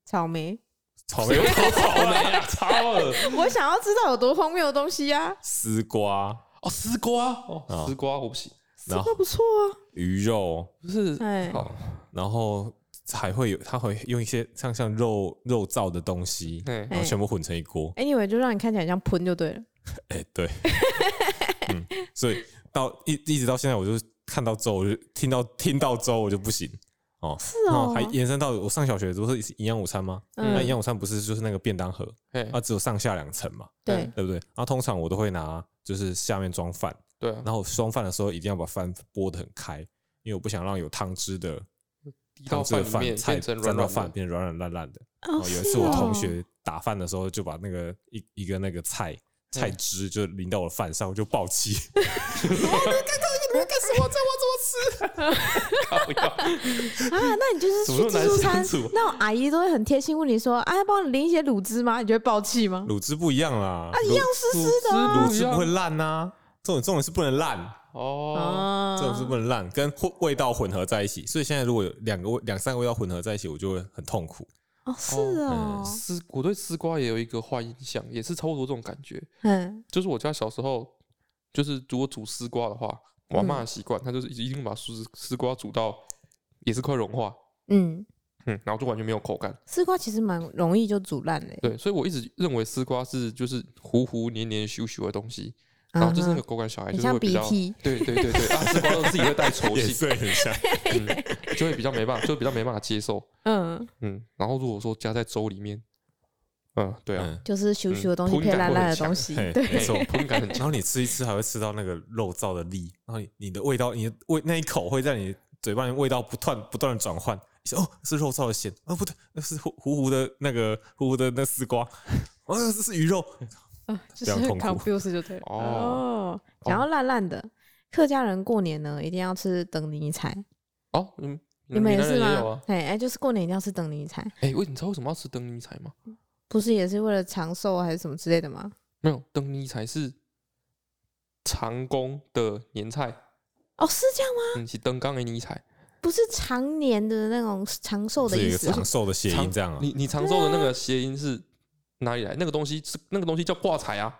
Speaker 2: 草莓。
Speaker 3: 草莓
Speaker 1: 草莓啊，超恶
Speaker 2: 我想要知道有多荒谬的东西啊呀、
Speaker 3: 丝瓜、
Speaker 1: 哦，丝瓜哦
Speaker 3: 哦，
Speaker 1: 丝瓜我不行，
Speaker 2: 丝
Speaker 3: 然
Speaker 2: 瓜
Speaker 3: 后
Speaker 2: 不错啊，
Speaker 3: 鱼肉，
Speaker 1: 不是
Speaker 2: 哎
Speaker 1: 好，
Speaker 3: 然后还会有他会用一些像像肉肉燥的东西，
Speaker 1: 哎
Speaker 3: 然后全部混成一锅。
Speaker 2: anyway 就让你看起来像喷就对了。
Speaker 3: 哎、对，嗯，所以到一一直到现在，我就看到粥，我就听到听到粥，我就不行哦。
Speaker 2: 是
Speaker 3: 然
Speaker 2: 哦
Speaker 3: 后，还延伸到我上小学不是营养午餐吗？
Speaker 2: 嗯
Speaker 3: 那营养午餐不是就是那个便当盒，
Speaker 1: 哎
Speaker 3: 它只有上下两层嘛，
Speaker 2: 对，
Speaker 3: 对不对？然后通常我都会拿就是下面装饭，
Speaker 1: 对啊，
Speaker 3: 然后装饭的时候一定要把饭拨的很开，因为我不想让有汤汁的
Speaker 1: 滴到
Speaker 3: 汤汁的
Speaker 1: 饭里
Speaker 3: 饭
Speaker 1: 面
Speaker 3: 菜
Speaker 1: 变成
Speaker 3: 沾
Speaker 1: 软
Speaker 3: 到
Speaker 1: 软
Speaker 3: 饭
Speaker 1: 的，
Speaker 3: 变得软软烂烂的。
Speaker 2: 哦
Speaker 3: 哦，有一次我同，学打饭的时候，就把那个一一个那个菜
Speaker 1: 嗯
Speaker 3: 菜汁就淋到我的饭上，我就暴气。我在干干什么？这我
Speaker 1: 靠腰
Speaker 2: 是哦啊，那你就是
Speaker 1: 怎么那
Speaker 2: 去自
Speaker 1: 么
Speaker 2: 助
Speaker 1: 难相
Speaker 2: 餐
Speaker 1: 处，
Speaker 2: 那种阿姨都会很贴心问你说，啊，要帮你淋一些乳汁吗？你就会爆气吗
Speaker 3: 怎么吃？？卤汁不一样啦，
Speaker 2: 啊，一样湿湿的啊
Speaker 3: 卤
Speaker 1: 卤
Speaker 3: 卤汁
Speaker 1: 汁
Speaker 3: 不
Speaker 1: 不
Speaker 3: 会
Speaker 1: 一样
Speaker 3: 烂呐。重点重点是不能烂，
Speaker 1: 哦，
Speaker 2: 哦，
Speaker 3: 重点是不能烂，跟混味道混合在一起。所以现在如果有两个味两三个味道混合在一起，我就会很痛苦。
Speaker 2: 哦，是哦，
Speaker 1: 丝我对丝瓜也有一个坏印象，也是差不多这种感觉，
Speaker 2: 嗯，
Speaker 1: 就是我家小时候，就是如果煮丝瓜的话，我阿
Speaker 2: 嗯
Speaker 1: 妈的习惯，她就是一定把丝丝瓜煮到也是快融化，
Speaker 2: 嗯，
Speaker 1: 嗯，然后就完全没有口感。
Speaker 2: 丝瓜其实蛮容易就煮烂的欸。
Speaker 1: 对，所以我一直认为丝瓜是就是糊糊黏黏、咻咻的东西，然后就是那
Speaker 2: 嗯
Speaker 1: 个狗感小孩
Speaker 2: 很
Speaker 1: 就是会
Speaker 2: 像
Speaker 1: 比
Speaker 2: 鼻
Speaker 1: 较，
Speaker 2: 涕，
Speaker 1: 对对对对，啊，是光自己会 带仇
Speaker 3: 颜
Speaker 1: 性，
Speaker 3: 色也很像，
Speaker 1: 嗯，就会比较没办法，就比较没办法接受，
Speaker 2: 嗯，
Speaker 1: 嗯，然后如果说加在粥里面，嗯，对啊，
Speaker 3: 嗯，
Speaker 2: 就是咻咻的东西
Speaker 1: 嗯
Speaker 2: 配烂烂
Speaker 1: 口感会很
Speaker 2: 的东
Speaker 1: 强
Speaker 2: 西，
Speaker 3: 嘿
Speaker 2: 对，
Speaker 3: 没错。
Speaker 1: 口感很
Speaker 3: 然
Speaker 1: 强，
Speaker 3: 后你吃一吃，还会吃到那个肉燥的粒，然后你你的味道，你的味那一口会在你嘴巴里味道不断不断的转换。你说哦，是肉燥的咸啊，不对，那是糊糊糊的那个糊糊的那丝瓜，啊，这是鱼肉，
Speaker 2: 啊，就
Speaker 3: 非
Speaker 2: 是
Speaker 3: 常
Speaker 2: 很
Speaker 3: 痛苦
Speaker 2: confuse 就对了。
Speaker 1: 哦
Speaker 2: 哦，讲到烂烂的，客家人过年呢一定要吃等泥菜，
Speaker 1: 哦，嗯，
Speaker 2: 你们
Speaker 1: 闽
Speaker 2: 也
Speaker 1: 南
Speaker 2: 是
Speaker 1: 人有
Speaker 2: 吗
Speaker 1: 啊？？
Speaker 2: 哎哎，就是过年一定要吃等泥菜，
Speaker 1: 哎，喂，你知道为什么要吃灯泥菜吗？
Speaker 2: 不是也是为了长寿还是什么之类的吗？
Speaker 1: 没有，灯泥才是长工的年菜，
Speaker 2: 哦，是这样吗？
Speaker 1: 嗯，是灯缸的泥菜。
Speaker 2: 不是常年的那种长寿的
Speaker 3: 是
Speaker 2: 意
Speaker 3: 一个
Speaker 2: 思啊
Speaker 3: 长寿的谐音这样啊。
Speaker 1: 你你常州的那个谐音是哪里来？那个东西是那个东西叫挂彩啊，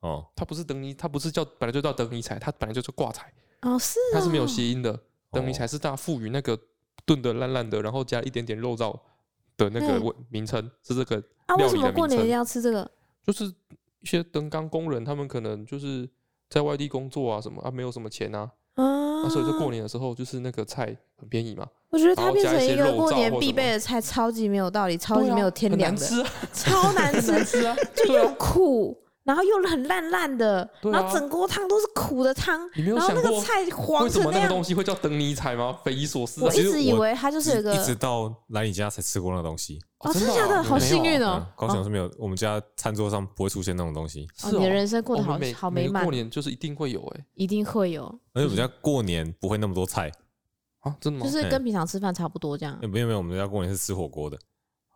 Speaker 3: 哦，
Speaker 1: 它不是灯泥，它不是叫本来就叫灯泥彩，它本来就叫挂彩，
Speaker 2: 哦，是哦，
Speaker 1: 它是没有谐音的。灯泥才是它赋予那个炖的烂烂的，然后加一点点肉燥的那个
Speaker 2: 嗯
Speaker 1: 味名称，是这个
Speaker 2: 啊？为
Speaker 1: 料
Speaker 2: 什
Speaker 1: 理
Speaker 2: 么
Speaker 1: 的
Speaker 2: 过
Speaker 1: 名
Speaker 2: 年一
Speaker 1: 称
Speaker 2: 定要吃这个？
Speaker 1: 就是一些灯缸工人，他们可能就是在外地工作啊什么啊，没有什么钱啊，
Speaker 2: 啊
Speaker 1: 啊，所以就过年的时候就是那个菜很便宜嘛，
Speaker 2: 我觉得
Speaker 1: 然
Speaker 2: 它
Speaker 1: 后
Speaker 2: 变
Speaker 1: 加
Speaker 2: 成
Speaker 1: 一些
Speaker 2: 一个
Speaker 1: 肉
Speaker 2: 过
Speaker 1: 燥
Speaker 2: 年
Speaker 1: 或
Speaker 2: 必
Speaker 1: 什么
Speaker 2: 备的菜，超级没有道理，超
Speaker 1: 对
Speaker 2: 级
Speaker 1: 啊
Speaker 2: 没有天
Speaker 1: 很
Speaker 2: 良
Speaker 1: 难
Speaker 2: 的，
Speaker 1: 吃啊，
Speaker 2: 超难吃，
Speaker 1: 吃啊，
Speaker 2: 就
Speaker 1: 对
Speaker 2: 又
Speaker 1: 啊，
Speaker 2: 苦，然后又很烂烂的，
Speaker 1: 对
Speaker 2: 然后
Speaker 1: 啊
Speaker 2: 整锅汤都是苦的汤，
Speaker 1: 你没有
Speaker 2: 然后
Speaker 1: 想
Speaker 2: 那个
Speaker 1: 过
Speaker 2: 菜黄
Speaker 1: 为什
Speaker 2: 成
Speaker 1: 么那个
Speaker 2: 样
Speaker 1: 东。西会叫灯泥菜吗？匪夷所思
Speaker 2: 我
Speaker 1: 啊
Speaker 3: 其
Speaker 2: 一
Speaker 3: 实
Speaker 2: 直以
Speaker 3: 我
Speaker 2: 为它就是有一个
Speaker 3: 一直到来你家才吃过那东西。
Speaker 2: 哦，真的假的？
Speaker 1: 啊
Speaker 2: 好
Speaker 1: 你没有
Speaker 2: 幸运
Speaker 1: 啊
Speaker 2: 哦
Speaker 3: 嗯！高雄是没有，我们家餐桌上不会出现那种东西。
Speaker 2: 哦，
Speaker 1: 是
Speaker 2: 你的
Speaker 1: 哦
Speaker 2: 人生过得
Speaker 1: 我们
Speaker 2: 好
Speaker 1: 每
Speaker 2: 好
Speaker 1: 每
Speaker 2: 美
Speaker 1: 个
Speaker 2: 满
Speaker 1: 过，哎年就是一定会有哎
Speaker 2: 一定会有，
Speaker 3: 而且我们家
Speaker 2: 嗯
Speaker 3: 过年不会那么多菜，
Speaker 1: 啊，真的吗
Speaker 2: 就？是
Speaker 3: 哎
Speaker 2: 跟平常吃饭差不多这样
Speaker 3: 哎。没有没有，我们家过年是吃火锅的。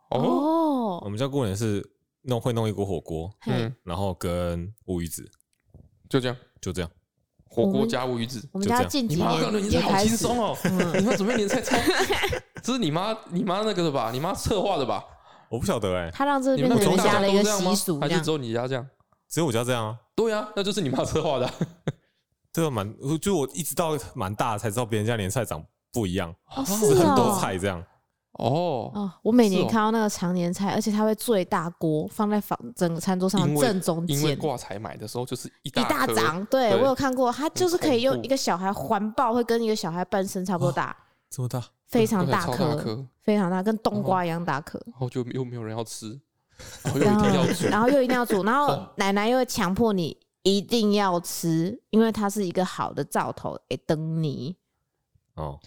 Speaker 1: 哦，
Speaker 3: 我
Speaker 2: 哦，
Speaker 3: 们家过年是弄会弄一锅火锅，
Speaker 2: 嘿，
Speaker 1: 嗯，
Speaker 3: 然后跟乌鱼子，
Speaker 1: 就这样，
Speaker 3: 就这样。
Speaker 1: 火
Speaker 2: 我
Speaker 1: 锅
Speaker 2: 们
Speaker 1: 加乌鱼子。
Speaker 2: 我们
Speaker 3: 就
Speaker 2: 家
Speaker 3: 这样
Speaker 2: 近
Speaker 1: 你
Speaker 2: 几
Speaker 1: 妈个
Speaker 2: 年
Speaker 1: 年
Speaker 2: 也
Speaker 1: 菜好
Speaker 2: 开
Speaker 1: 轻
Speaker 2: 始，
Speaker 1: 松 哦！
Speaker 2: 嗯，
Speaker 1: 你妈准备年菜超，这是你妈你妈那个的吧？你妈策划的吧？
Speaker 3: 我不晓得哎、
Speaker 2: 他让这
Speaker 1: 你
Speaker 2: 变
Speaker 1: 们
Speaker 2: 成
Speaker 1: 从
Speaker 2: 人
Speaker 1: 小
Speaker 2: 家的一
Speaker 1: 都
Speaker 2: 个
Speaker 1: 这样吗
Speaker 2: 习俗，
Speaker 1: 还
Speaker 2: 这
Speaker 1: 是
Speaker 2: 样
Speaker 1: 只有你家这样？
Speaker 3: 只有我家这样啊。
Speaker 1: 对呀、那就是你妈策划的啊、
Speaker 3: 对啊，蛮我就我一直到蛮大才知道别人家年菜长不一样，
Speaker 2: 哦，
Speaker 3: 是
Speaker 2: 是
Speaker 3: 很多
Speaker 2: 哦，
Speaker 3: 菜这样。
Speaker 1: 哦，
Speaker 2: 哦，我每
Speaker 1: 是
Speaker 2: 年
Speaker 1: 哦
Speaker 2: 看到那个常年菜，而且它会最大锅放在房整个餐桌上
Speaker 1: 因
Speaker 2: 的
Speaker 1: 为
Speaker 2: 正中
Speaker 1: 因为
Speaker 2: 间，
Speaker 1: 挂彩买的时候就是一
Speaker 2: 一
Speaker 1: 大
Speaker 2: 大
Speaker 1: 颗
Speaker 2: 张。对
Speaker 1: 对
Speaker 2: 我有看过，它就是可以用
Speaker 1: 恐怖嗯
Speaker 2: 一个小孩环抱，会跟一个小孩半身差不多大，
Speaker 3: 这么大，
Speaker 2: 非常
Speaker 1: 对
Speaker 2: 大
Speaker 1: 超
Speaker 2: 颗，
Speaker 1: 颗，
Speaker 2: 非常大，跟冬瓜一样大颗。
Speaker 1: 然后就又没有人要吃，然后又
Speaker 2: 然
Speaker 1: 一
Speaker 2: 后
Speaker 1: 定要煮，
Speaker 2: 然后又一定要煮，然 后
Speaker 1: 哦
Speaker 2: 奶奶又会强迫你一定要吃，因为它是一个好的兆头，哎，等你，
Speaker 3: 哦，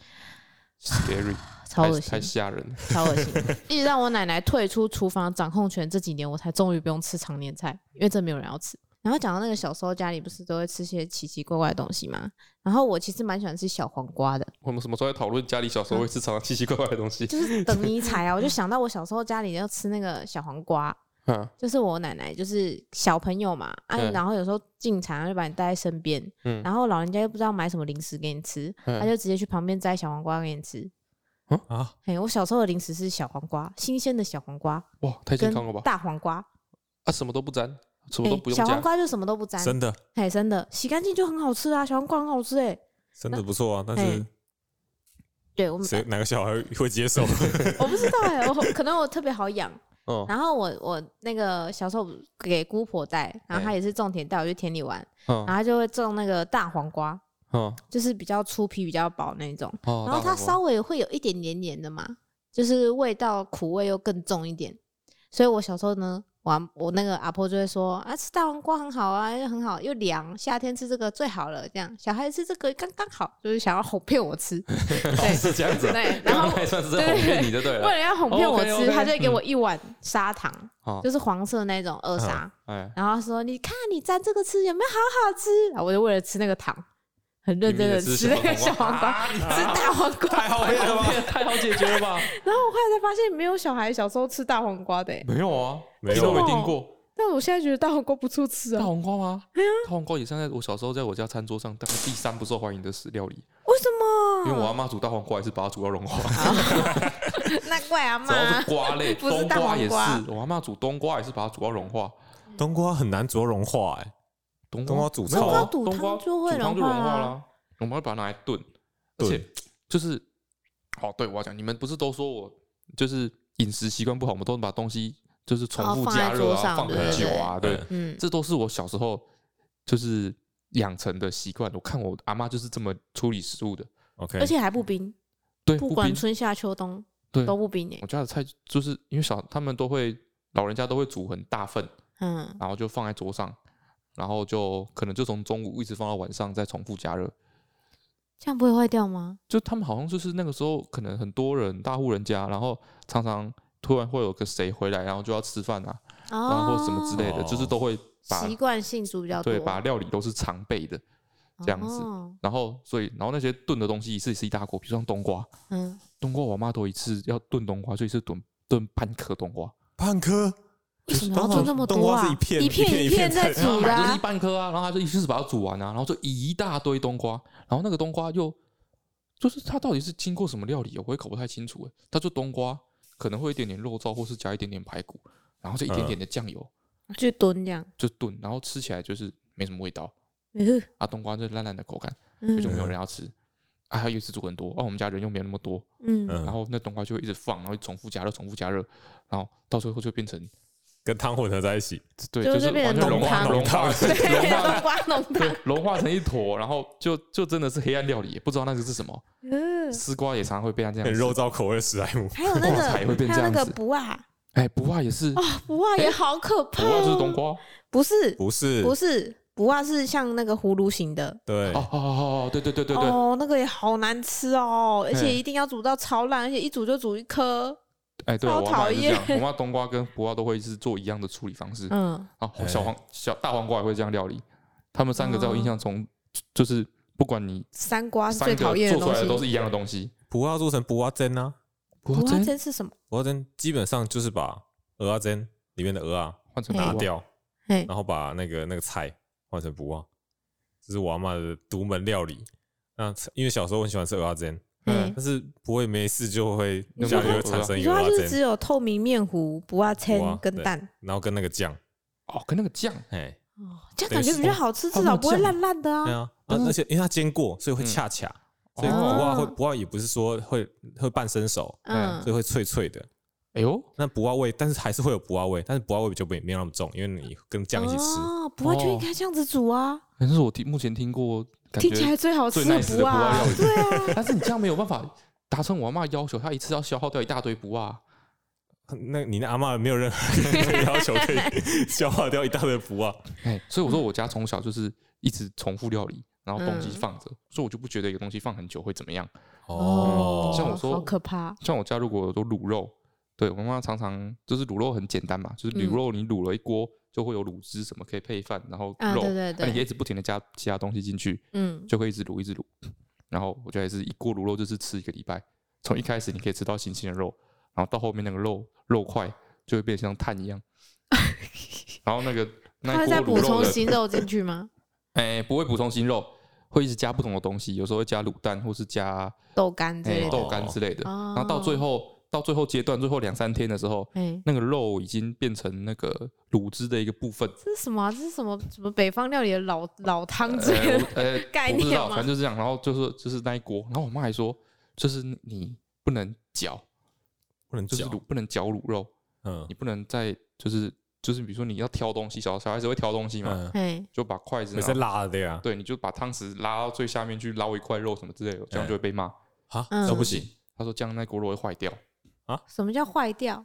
Speaker 1: scary，
Speaker 2: 超
Speaker 1: 太
Speaker 2: 恶
Speaker 1: 太
Speaker 2: 心，
Speaker 1: 吓人了。
Speaker 2: 超恶心， 一直让我奶奶退出厨房掌控权这几年，我才终于不用吃常年菜，因为这没有人要吃。然后讲到那个小时候家里不是都会吃些奇奇怪怪的东西吗？然后我其实蛮喜欢吃小黄瓜的，
Speaker 1: 我们什么时候在讨论家里小时候会吃常常奇奇怪怪的东西？
Speaker 2: 嗯就是等你采啊，我就想到我小时候家里要吃那个小黄瓜，
Speaker 1: 嗯
Speaker 2: 就是我奶奶，就是小朋友嘛，啊，
Speaker 1: 嗯
Speaker 2: 然后有时候进厂就把你带在身边，
Speaker 1: 嗯
Speaker 2: 然后老人家又不知道买什么零食给你吃，他
Speaker 1: 嗯，
Speaker 2: 就直接去旁边摘小黄瓜给你吃。
Speaker 3: 啊，
Speaker 2: 嘿，我小时候的零食是小黄瓜，新鲜的小黄瓜
Speaker 1: 哇，太健
Speaker 2: 跟
Speaker 1: 康了吧！
Speaker 2: 大黄瓜，
Speaker 1: 啊，什么都不沾，什么
Speaker 2: 哎
Speaker 1: 都不用
Speaker 2: 小
Speaker 1: 加
Speaker 2: 黄，瓜就什么都不沾，
Speaker 3: 真的
Speaker 2: 嘿，真的洗干净就很好吃啊，小黄瓜很好吃哎、
Speaker 3: 真的不错啊，但
Speaker 2: 嘿
Speaker 3: 是
Speaker 4: 哎
Speaker 2: 对我们
Speaker 4: 嗯
Speaker 3: 谁哪个小孩会接受？
Speaker 2: 我不知道 哎、我可能我特别好养。
Speaker 1: 嗯
Speaker 2: 然后我我那个小时候给姑婆带，然后她
Speaker 1: 哎
Speaker 2: 也是种田带我去田里玩，
Speaker 1: 嗯
Speaker 2: 然后她就会种那个大黄瓜，
Speaker 1: 嗯
Speaker 2: 就是比较粗皮、比较薄那种。
Speaker 1: 哦，
Speaker 2: 然后它
Speaker 1: 大黄瓜
Speaker 2: 稍微会有一点黏黏的嘛，就是味道苦味又更重一点。所以我小时候呢，我阿我那个阿婆就会说啊，吃大黄瓜很好啊，又很好，又凉，夏天吃这个最好了。这样小孩吃这个刚刚好，就是想要哄骗 我吃。
Speaker 1: 哦
Speaker 2: 对
Speaker 1: 是这样子，
Speaker 2: 对，
Speaker 1: 那
Speaker 2: 然后
Speaker 1: 还算是在
Speaker 2: 对
Speaker 1: 哄骗你的，对
Speaker 2: 为
Speaker 1: 了，
Speaker 2: 了要哄骗我吃，
Speaker 1: OK，OK，
Speaker 2: 他就会给我一碗砂糖，
Speaker 1: 好
Speaker 2: 就，是黄色那种二砂。
Speaker 1: 哎，
Speaker 2: 然后说：“你看你蘸这个吃有没有好好吃？”啊，我就为了吃那个糖，很认真的
Speaker 1: 拼命地吃
Speaker 2: 吃那个小
Speaker 1: 小
Speaker 2: 黄
Speaker 1: 黄
Speaker 2: 瓜，
Speaker 1: 瓜啊
Speaker 2: 吃大黄瓜。
Speaker 3: 太好骗了吧？
Speaker 1: 太好解决了吧？
Speaker 2: 然后我后来才发现，没有小孩小时候吃大黄瓜的、欸，
Speaker 1: 没有啊，
Speaker 3: 没
Speaker 1: 听
Speaker 3: 有
Speaker 1: 都没听过
Speaker 2: 但我现在觉得大黄瓜不错吃
Speaker 1: 大
Speaker 2: 啊。
Speaker 1: 黄瓜吗？大黄瓜也算在我小时候在我家餐桌上大概第三不受欢迎的食料理，
Speaker 2: 为什么？
Speaker 1: 因为我啊阿妈煮大黄瓜也是把它煮到融化，
Speaker 2: 那怪阿
Speaker 1: 只要
Speaker 2: 妈
Speaker 1: 是，瓜类，
Speaker 2: 不是
Speaker 1: 冬
Speaker 2: 大
Speaker 1: 瓜
Speaker 2: 黄
Speaker 1: 也是
Speaker 2: 瓜，
Speaker 1: 我阿妈煮冬瓜也是把它煮到融化，
Speaker 3: 冬瓜很难灼融化哎，
Speaker 1: 冬
Speaker 3: 冬瓜煮
Speaker 1: 没有
Speaker 3: 炒
Speaker 1: 啊
Speaker 2: 冬瓜
Speaker 1: 冬
Speaker 2: 煮
Speaker 1: 瓜
Speaker 2: 汤就会
Speaker 1: 煮汤就
Speaker 2: 融
Speaker 1: 融
Speaker 2: 化啊啦
Speaker 1: 啦，我们要把它拿来炖，而
Speaker 3: 炖
Speaker 1: 且就是，哦，对我要讲，你们不是都说我就是饮食习惯不好，我们都把东西就是重
Speaker 2: 哦
Speaker 1: 复
Speaker 2: 放在
Speaker 1: 加热
Speaker 2: 桌上
Speaker 1: 啊，放
Speaker 2: 对
Speaker 1: 很
Speaker 3: 对
Speaker 1: 久啊，
Speaker 3: 对
Speaker 1: 对，
Speaker 2: 嗯，
Speaker 1: 这都是我小时候就是养成的习惯。我看我阿妈就是这么处理食物的，
Speaker 3: OK，
Speaker 4: 而且还不冰，
Speaker 1: 对，
Speaker 4: 不
Speaker 1: 哎不
Speaker 4: 管
Speaker 1: 冰
Speaker 4: 春夏秋冬
Speaker 1: 对
Speaker 4: 都不冰诶、欸
Speaker 1: 我家的菜就是因为小他们都会老人家都会煮很大份，
Speaker 4: 嗯，
Speaker 1: 然后就放在桌上，然后就可能就从中午一直放到晚上再重复加热。
Speaker 4: 这样不会坏掉吗？
Speaker 1: 就他们好像就是那个时候可能很多人大户人家，然后常常突然会有个谁回来，然后就要吃饭啊，然
Speaker 4: 哦，
Speaker 1: 后或什么之类的，就是都会把
Speaker 4: 习惯性煮比较多，
Speaker 1: 对把料理都是常备的。这样子
Speaker 4: 哦
Speaker 1: 然后所以然后那些炖的东西一次是一大锅，比如像冬瓜，
Speaker 4: 嗯，
Speaker 1: 冬瓜我妈都一次要炖冬瓜，所以是炖炖半颗冬瓜，
Speaker 3: 半颗
Speaker 4: 为什么
Speaker 3: 冬
Speaker 4: 要
Speaker 3: 瓜
Speaker 4: 做这么
Speaker 3: 冬
Speaker 4: 多
Speaker 3: 瓜
Speaker 4: 啊？
Speaker 3: 是一片
Speaker 4: 一
Speaker 3: 一片一
Speaker 4: 一
Speaker 3: 片
Speaker 4: 片在
Speaker 3: 的
Speaker 1: 然后
Speaker 4: 煮的
Speaker 1: 买就是
Speaker 4: 啊
Speaker 1: 一，半颗啊，然后她就一次把它煮完啊，然后就一大堆冬瓜，然后那个冬瓜又就是它到底是经过什么料理，我也搞不太清楚欸它就冬瓜可能会有一点点肉燥，或是加一点点排骨，然后就一点点的酱油
Speaker 4: 去炖这样，
Speaker 1: 就炖，然后吃起来就是没什么味道
Speaker 4: 嗯
Speaker 1: 啊，冬瓜就烂烂的口感，所以就
Speaker 4: 嗯
Speaker 1: 没有人要吃。啊，还有一次煮很多，哦、我们家人又没有那么多，
Speaker 4: 嗯，
Speaker 3: 嗯
Speaker 1: 然后那冬瓜就会一直放，然后重复加热，重复加热，然后到最后就变成
Speaker 3: 跟汤混合在一起，
Speaker 1: 对，
Speaker 4: 就
Speaker 1: 就是是
Speaker 4: 变
Speaker 1: 完
Speaker 4: 成
Speaker 1: 全
Speaker 4: 浓啊
Speaker 1: 融化
Speaker 3: 汤
Speaker 1: 融化融
Speaker 4: 冬
Speaker 1: 化
Speaker 4: 瓜浓
Speaker 1: 对
Speaker 4: 汤，
Speaker 1: 融化成一坨，然后就就真的是黑暗料理，也不知道那个是什么。
Speaker 4: 嗯，
Speaker 1: 丝瓜也常常会被它这样
Speaker 3: 很
Speaker 1: 吃
Speaker 3: 肉，燥口味的史莱姆。
Speaker 4: 还有那
Speaker 1: 哇才
Speaker 4: 个
Speaker 1: 会变
Speaker 4: 还有那
Speaker 1: 这
Speaker 4: 个
Speaker 1: 样子
Speaker 4: 不啊，
Speaker 1: 哎，不辣也
Speaker 2: 哦
Speaker 1: 是，
Speaker 4: 啊不啊也好可
Speaker 1: 不
Speaker 4: 怕
Speaker 1: 辣
Speaker 4: 哦，
Speaker 1: 就是冬瓜。哦
Speaker 2: 不是
Speaker 3: 不是，
Speaker 2: 不是不啊，是像那个葫芦形的。
Speaker 3: 对，
Speaker 1: 哦哦哦，哦对对对对对，
Speaker 2: 哦，那个也好难吃哦，而且
Speaker 1: 嘿
Speaker 2: 一定要煮到超烂，而且一煮就煮一颗。
Speaker 1: 哎，对我妈
Speaker 2: 超讨
Speaker 1: 也是这样，
Speaker 2: 厌
Speaker 1: 我妈冬瓜跟不辣都会是做一样的处理方 式。
Speaker 4: 嗯，
Speaker 1: 啊，
Speaker 3: 哎
Speaker 1: 小黄小大黄瓜也会这样料理，他们三个在我印象中就是不管你
Speaker 2: 三瓜是
Speaker 1: 三
Speaker 2: 哦最
Speaker 1: 个
Speaker 2: 讨厌
Speaker 1: 做出
Speaker 2: 东
Speaker 1: 来的都是
Speaker 2: 西。
Speaker 1: 一样的东西。
Speaker 3: 不要做成不要煎啊，
Speaker 1: 不
Speaker 2: 不啊，
Speaker 1: 真
Speaker 2: 真是什么？
Speaker 3: 不要煎基本上就是把鹅啊煎里面的鹅啊
Speaker 1: 换成
Speaker 4: 嘿
Speaker 1: 拿
Speaker 3: 拿
Speaker 1: 掉，
Speaker 3: 掉，
Speaker 4: 嘿，
Speaker 3: 然后把那个那个菜换成不忘，这是我阿妈的独门料理。那因为小时候我很喜欢吃蚵仔煎，
Speaker 4: 嗯
Speaker 1: 嗯，
Speaker 3: 但是不会没事就会
Speaker 1: 你
Speaker 3: 家
Speaker 1: 说
Speaker 3: 里会产生
Speaker 2: 你
Speaker 3: 一个
Speaker 2: 说它就
Speaker 3: 蚵
Speaker 2: 是
Speaker 3: 仔
Speaker 2: 只
Speaker 3: 煎，
Speaker 2: 有透明面糊、不啊
Speaker 3: 不
Speaker 2: 签
Speaker 3: 啊
Speaker 2: 跟
Speaker 3: 对
Speaker 2: 蛋，
Speaker 3: 然后跟那个酱，
Speaker 1: 哦，跟那个酱
Speaker 3: 哎，
Speaker 4: 哦这样感
Speaker 3: 等于
Speaker 4: 觉
Speaker 3: 是
Speaker 4: 比较好吃，
Speaker 1: 哦
Speaker 2: 至
Speaker 1: 那
Speaker 2: 少
Speaker 1: 个
Speaker 2: 不会
Speaker 1: 酱
Speaker 2: 烂烂的
Speaker 3: 对
Speaker 2: 啊。
Speaker 3: 啊，而而且因为它煎过，
Speaker 2: 嗯
Speaker 3: 所以会恰恰，所以不
Speaker 4: 哦
Speaker 3: 忘会不忘也不是说会会半生熟，
Speaker 1: 啊
Speaker 4: 嗯
Speaker 3: 所以会脆脆的。
Speaker 1: 哎呦，
Speaker 3: 那不忘味，但是还是会有不忘味，但是不忘味就没没有那么重，因为你跟酱一起吃。
Speaker 4: 哦，
Speaker 2: 啊
Speaker 4: 不会就应该这样子煮啊，
Speaker 1: 那是我听目前听过感
Speaker 4: 听起
Speaker 1: 觉
Speaker 4: 来最好吃
Speaker 1: 最 nice 的
Speaker 4: 不
Speaker 1: 不辣
Speaker 4: 啊
Speaker 1: 料，理。
Speaker 4: 对啊，
Speaker 1: 但是你这样没有办法达成我阿妈要求，她一次要消耗掉一大堆不啊。
Speaker 3: 那你的阿嬷没有任何 要求可以 消化掉一大堆不啊，
Speaker 1: 哎，所以我说我家从小就是一直重复料理，然后东西
Speaker 4: 嗯
Speaker 1: 放着，所以我就不觉得有东西放很久会怎么样。
Speaker 4: 哦，
Speaker 1: 像我说
Speaker 4: 好可怕，
Speaker 1: 像我家如果有做卤肉，对我妈妈常常就是卤肉很简单嘛，就是
Speaker 4: 嗯
Speaker 1: 卤肉你卤了一锅就会有卤汁什么可以配饭，然后
Speaker 4: 啊
Speaker 1: 肉，
Speaker 4: 对对
Speaker 1: 那你可
Speaker 4: 对
Speaker 1: 以一直不停的加其他东西进去，
Speaker 4: 嗯，
Speaker 1: 就会一直卤一直卤。然后我觉得也是一锅卤肉就是吃一个礼拜，从一开始你可以吃到新鲜的肉，然后到后面那个肉肉块就会变成像碳一 样，然后那个那
Speaker 4: 它会再
Speaker 1: 一
Speaker 4: 补
Speaker 1: 锅卤肉
Speaker 4: 充
Speaker 1: 的
Speaker 4: 新肉进去吗？
Speaker 1: 哎、不会补充新肉，会一直加不同的东西，有时候会加卤蛋或是加
Speaker 4: 豆干之
Speaker 1: 哎、
Speaker 4: 类的，
Speaker 1: 豆干之类的。
Speaker 4: 哦
Speaker 1: 然后到最后到最后阶段，最后两三天的时候，
Speaker 4: 哎，
Speaker 1: 那个肉已经变成那个卤汁的一个部分。
Speaker 4: 这是什么啊？这是什么什么北方料理的老老汤之 类
Speaker 1: 呃
Speaker 4: 的？
Speaker 1: 我呃
Speaker 4: 概
Speaker 1: 我不知
Speaker 4: 念
Speaker 1: 道，
Speaker 4: 吗
Speaker 1: 反正就是这样。然后就是就是那一锅，然后我妈还说，就是你不能搅，
Speaker 3: 不能
Speaker 1: 就是
Speaker 3: 嚼
Speaker 1: 卤不能搅卤肉，
Speaker 3: 嗯
Speaker 1: 你不能再就是就是比如说你要挑东西，小小孩子会挑东西嘛，
Speaker 3: 嗯，
Speaker 4: 哎，
Speaker 1: 就把筷子
Speaker 3: 每次
Speaker 1: 拿
Speaker 3: 辣的呀，
Speaker 1: 对，你就把汤匙拉到最下面去捞一块肉什么之类的，这样就会被骂。
Speaker 3: 啊，
Speaker 4: 嗯
Speaker 3: 这不行，
Speaker 1: 她说这样那锅肉会坏掉，哦
Speaker 4: 什么叫坏掉？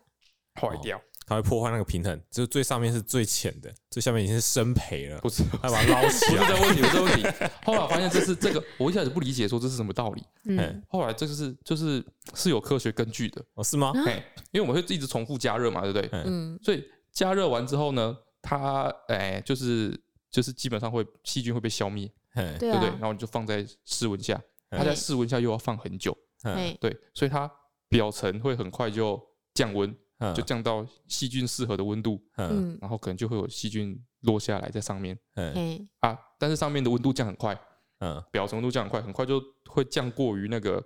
Speaker 1: 坏掉，
Speaker 3: 它会破坏那个平衡，就是最上面是最浅的，最下面已经是生培了，
Speaker 1: 不是
Speaker 3: 它把它捞起
Speaker 1: 不是
Speaker 3: 来，
Speaker 1: 这个问题，不是这个问题。后来我发现这是这个，我一开始不理解说这是什么道理，
Speaker 4: 嗯
Speaker 3: 哎，
Speaker 1: 后来这个是就是是有科学根据的，
Speaker 3: 哦是吗？
Speaker 4: 啊
Speaker 1: 嘿，因为我们会一直重复加热嘛，对不对？
Speaker 3: 哎
Speaker 4: 嗯，
Speaker 1: 所以加热完之后呢，它哎、就是就是基本上会细菌会被消灭，
Speaker 3: 哎
Speaker 4: 对
Speaker 1: 对不对？
Speaker 4: 啊
Speaker 1: 然，后你就放在室温下，
Speaker 3: 嗯
Speaker 1: 它在室温下又要放很久，
Speaker 4: 哎，
Speaker 1: 对，所以它表层会很快就降温，
Speaker 3: 嗯
Speaker 1: 就降到细菌适合的温度，
Speaker 3: 嗯
Speaker 4: 嗯，
Speaker 1: 然后可能就会有细菌落下来在上面
Speaker 3: 嗯
Speaker 4: 哎，
Speaker 1: 啊，但是上面的温度降很快，
Speaker 3: 嗯
Speaker 1: 表层温度降很快，很快就会降过于那个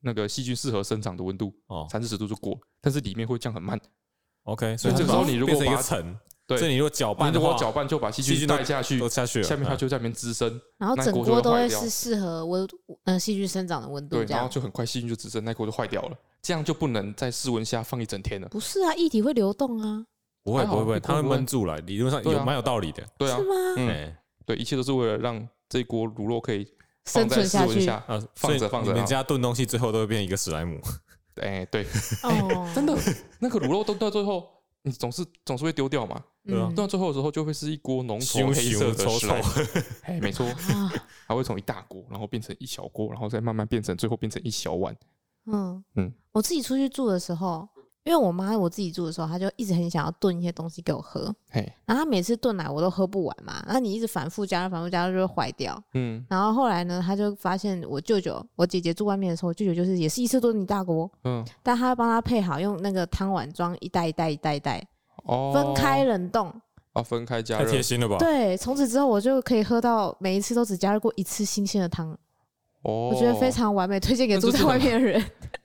Speaker 1: 那个细菌适合生长的温度，
Speaker 3: 哦
Speaker 1: 三四十度就过，但是里面会降很慢。
Speaker 3: ，OK，
Speaker 1: 所以
Speaker 3: 它
Speaker 1: 这个时候你如果
Speaker 3: 变成一
Speaker 1: 把
Speaker 3: 个层，
Speaker 1: 对
Speaker 3: 所以你如果搅
Speaker 1: 你
Speaker 3: 拌的
Speaker 1: 如
Speaker 3: 话，
Speaker 1: 果搅拌就把细
Speaker 3: 细
Speaker 1: 菌
Speaker 3: 菌都
Speaker 1: 带下去
Speaker 3: 都，下去了，
Speaker 1: 下面它
Speaker 3: 嗯
Speaker 1: 就在里面滋生，
Speaker 4: 然后
Speaker 1: 那
Speaker 4: 整
Speaker 1: 锅就
Speaker 4: 锅
Speaker 1: 会
Speaker 4: 都
Speaker 1: 坏
Speaker 4: 会
Speaker 1: 掉
Speaker 4: 是适合温呃细菌生长的温度
Speaker 1: 对，
Speaker 4: 这
Speaker 1: 然后
Speaker 4: 样。
Speaker 1: 就很快细菌就滋生，那锅就坏掉了。这样就不能在室温下放一整天了。
Speaker 4: 不是啊，液体会流动啊，
Speaker 3: 不会
Speaker 1: 还好
Speaker 3: 不会不会，
Speaker 1: 不会
Speaker 3: 它会
Speaker 1: 不会
Speaker 3: 闷住了，理论上
Speaker 1: 对
Speaker 3: 有
Speaker 1: 啊
Speaker 3: 蛮有道理的，
Speaker 1: 对啊
Speaker 4: 是，吗？
Speaker 1: 嗯
Speaker 3: 哎，
Speaker 1: 对，一切都是为了让这锅卤肉可以放
Speaker 2: 生
Speaker 1: 在
Speaker 2: 存
Speaker 1: 室
Speaker 2: 下
Speaker 1: 温
Speaker 2: 去。
Speaker 1: 下。
Speaker 3: 啊，
Speaker 1: 放着
Speaker 3: 所以
Speaker 1: 放着
Speaker 3: 你们
Speaker 1: 啊
Speaker 3: 家炖东西最后都会变一个史莱姆，
Speaker 1: 哎、对，
Speaker 2: 啊
Speaker 4: 哦，
Speaker 1: 真的，那个卤肉都到最后，你总是总是会丢掉嘛。
Speaker 2: 嗯
Speaker 3: 对啊
Speaker 1: 炖到最后的时候，就会是一锅浓稠
Speaker 3: 咻
Speaker 1: 黑色
Speaker 3: 咻
Speaker 1: 的
Speaker 3: 稠
Speaker 1: 史莱姆
Speaker 3: 稠
Speaker 1: 哎，没错，
Speaker 4: 啊，
Speaker 1: 还会从一大锅，然后变成一小锅，然后再慢慢变成最后变成一小碗。
Speaker 2: 嗯
Speaker 1: 嗯
Speaker 2: 嗯，我自己出去住的时候，因为我妈我自己住的时候，她就一直很想要炖一些东西给我喝，
Speaker 1: 嘿，
Speaker 2: 然后她每次炖奶我都喝不完嘛，然后你一直反复加热，反复加热就会坏掉。
Speaker 1: 嗯
Speaker 2: 然后后来呢，她就发现我舅舅，我姐姐住外面的时候，我舅舅就是也是一次炖一大锅，
Speaker 1: 嗯，
Speaker 2: 但她帮她配好，用那个汤碗装一袋一袋一袋一袋，
Speaker 1: 哦，
Speaker 2: 分开冷冻。
Speaker 1: 啊，分开加
Speaker 3: 太
Speaker 1: 热
Speaker 3: 贴，心了吧？
Speaker 2: 对，从此之后我就可以喝到每一次都只加热过一次新鲜的汤，
Speaker 1: 哦，
Speaker 2: 我觉得非常完美，推荐给
Speaker 1: 那
Speaker 2: 住
Speaker 1: 这
Speaker 2: 在
Speaker 1: 是
Speaker 2: 外
Speaker 1: 很
Speaker 2: 面的人。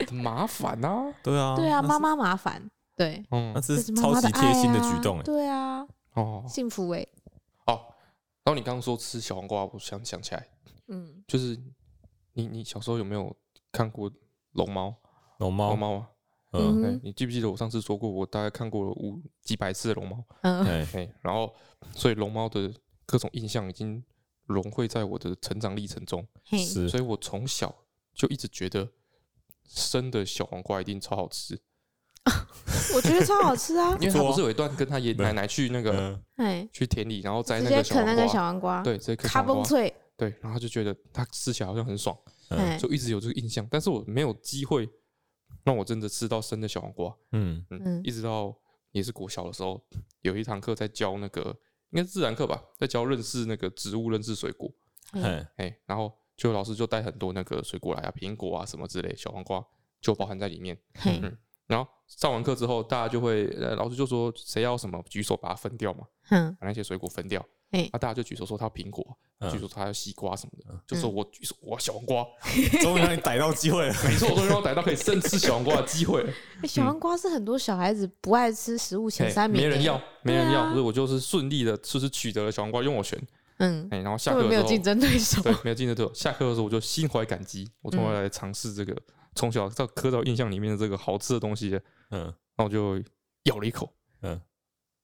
Speaker 1: 很麻烦呐。
Speaker 3: 对啊，
Speaker 2: 对啊，
Speaker 3: 那
Speaker 2: 妈妈麻烦，对，
Speaker 1: 嗯
Speaker 3: 那
Speaker 2: 这
Speaker 3: 是
Speaker 2: 是妈
Speaker 3: 超
Speaker 2: 妈
Speaker 3: 级
Speaker 2: 爱
Speaker 3: 贴心的
Speaker 2: 啊
Speaker 3: 举动哎。
Speaker 2: 对啊，
Speaker 1: 欸哦
Speaker 2: 幸福哎、
Speaker 1: 哦，然后你刚刚说吃小黄瓜，我想想起来，
Speaker 2: 嗯，
Speaker 1: 就是你你小时候有没有看过龙猫？
Speaker 3: 龙猫
Speaker 1: 龙，猫啊，
Speaker 3: 嗯，
Speaker 1: 哎，你记不记得我上次说过，我大概看过了五几百次的龙猫？
Speaker 2: 嗯，
Speaker 3: 哎，
Speaker 1: 哎，然后所以龙猫的各种印象已经融汇在我的成长历程中，
Speaker 2: 嘿，
Speaker 3: 是
Speaker 1: 所以我从小就一直觉得生的小黄瓜一定超好吃，，
Speaker 2: 我觉得超好吃啊
Speaker 1: 因为他
Speaker 3: 错
Speaker 1: 不
Speaker 3: 哦
Speaker 1: 是有一段跟他爷
Speaker 3: 对
Speaker 1: 奶奶去那个
Speaker 3: 嗯，
Speaker 2: 哎，
Speaker 1: 去田里，然后摘
Speaker 2: 直
Speaker 1: 那
Speaker 2: 接
Speaker 1: 个小
Speaker 2: 啃那
Speaker 1: 黄
Speaker 2: 个小
Speaker 1: 瓜，
Speaker 2: 黄瓜，
Speaker 1: 对，直接啃
Speaker 2: 咔
Speaker 1: 小黄
Speaker 2: 嘣
Speaker 1: 瓜，
Speaker 2: 脆，
Speaker 1: 对，然后他就觉得它吃起来好像很爽，
Speaker 3: 嗯
Speaker 2: 哎，
Speaker 1: 就一直有这个印象，但是我没有机会让我真的吃到生的小黄瓜，
Speaker 3: 嗯，
Speaker 1: 嗯
Speaker 2: 嗯，
Speaker 1: 一直到也是国小的时候，有一堂课在教那个应该是自然课吧，在教认识那个植物、认识水果，
Speaker 2: 嗯
Speaker 3: 哎，
Speaker 1: 哎，然后就老师就带很多那个水果来啊，苹果啊什么之类，小黄瓜就包含在里面。嗯
Speaker 2: 嘿，
Speaker 1: 然后上完课之后，大家就会，呃，老师就说谁要什么，举手把它分掉嘛，
Speaker 2: 嗯，哎
Speaker 1: 把那些水果分掉。
Speaker 2: 嘿
Speaker 1: 啊，大家就举手说他要苹果，
Speaker 3: 嗯
Speaker 1: 举手说他要西瓜什么的，就说我举手我要小黄瓜。
Speaker 3: 终于让你逮到机会了。
Speaker 1: 没错，我终于让我逮到可以生吃小黄瓜的机会了。
Speaker 2: 哎小黄瓜是很多小孩子不爱吃食物
Speaker 1: 嗯
Speaker 2: 前
Speaker 1: 嘿
Speaker 2: 三名，
Speaker 1: 没人要，，没人
Speaker 2: 对
Speaker 1: 要，
Speaker 2: 啊
Speaker 1: 所以我就是顺利的，就是取得了小黄瓜，用我选。
Speaker 2: 嗯，
Speaker 1: 哎，然后下
Speaker 4: 根
Speaker 1: 课
Speaker 4: 本没有
Speaker 1: 的时候
Speaker 4: 竞争对手。
Speaker 1: 对，没有竞争对手。下课的时候我就心怀感激，我从来来尝试 这个从小到刻到印象里面的这个好吃的东西，然
Speaker 3: 嗯
Speaker 1: 后我就咬了一口，
Speaker 3: 嗯，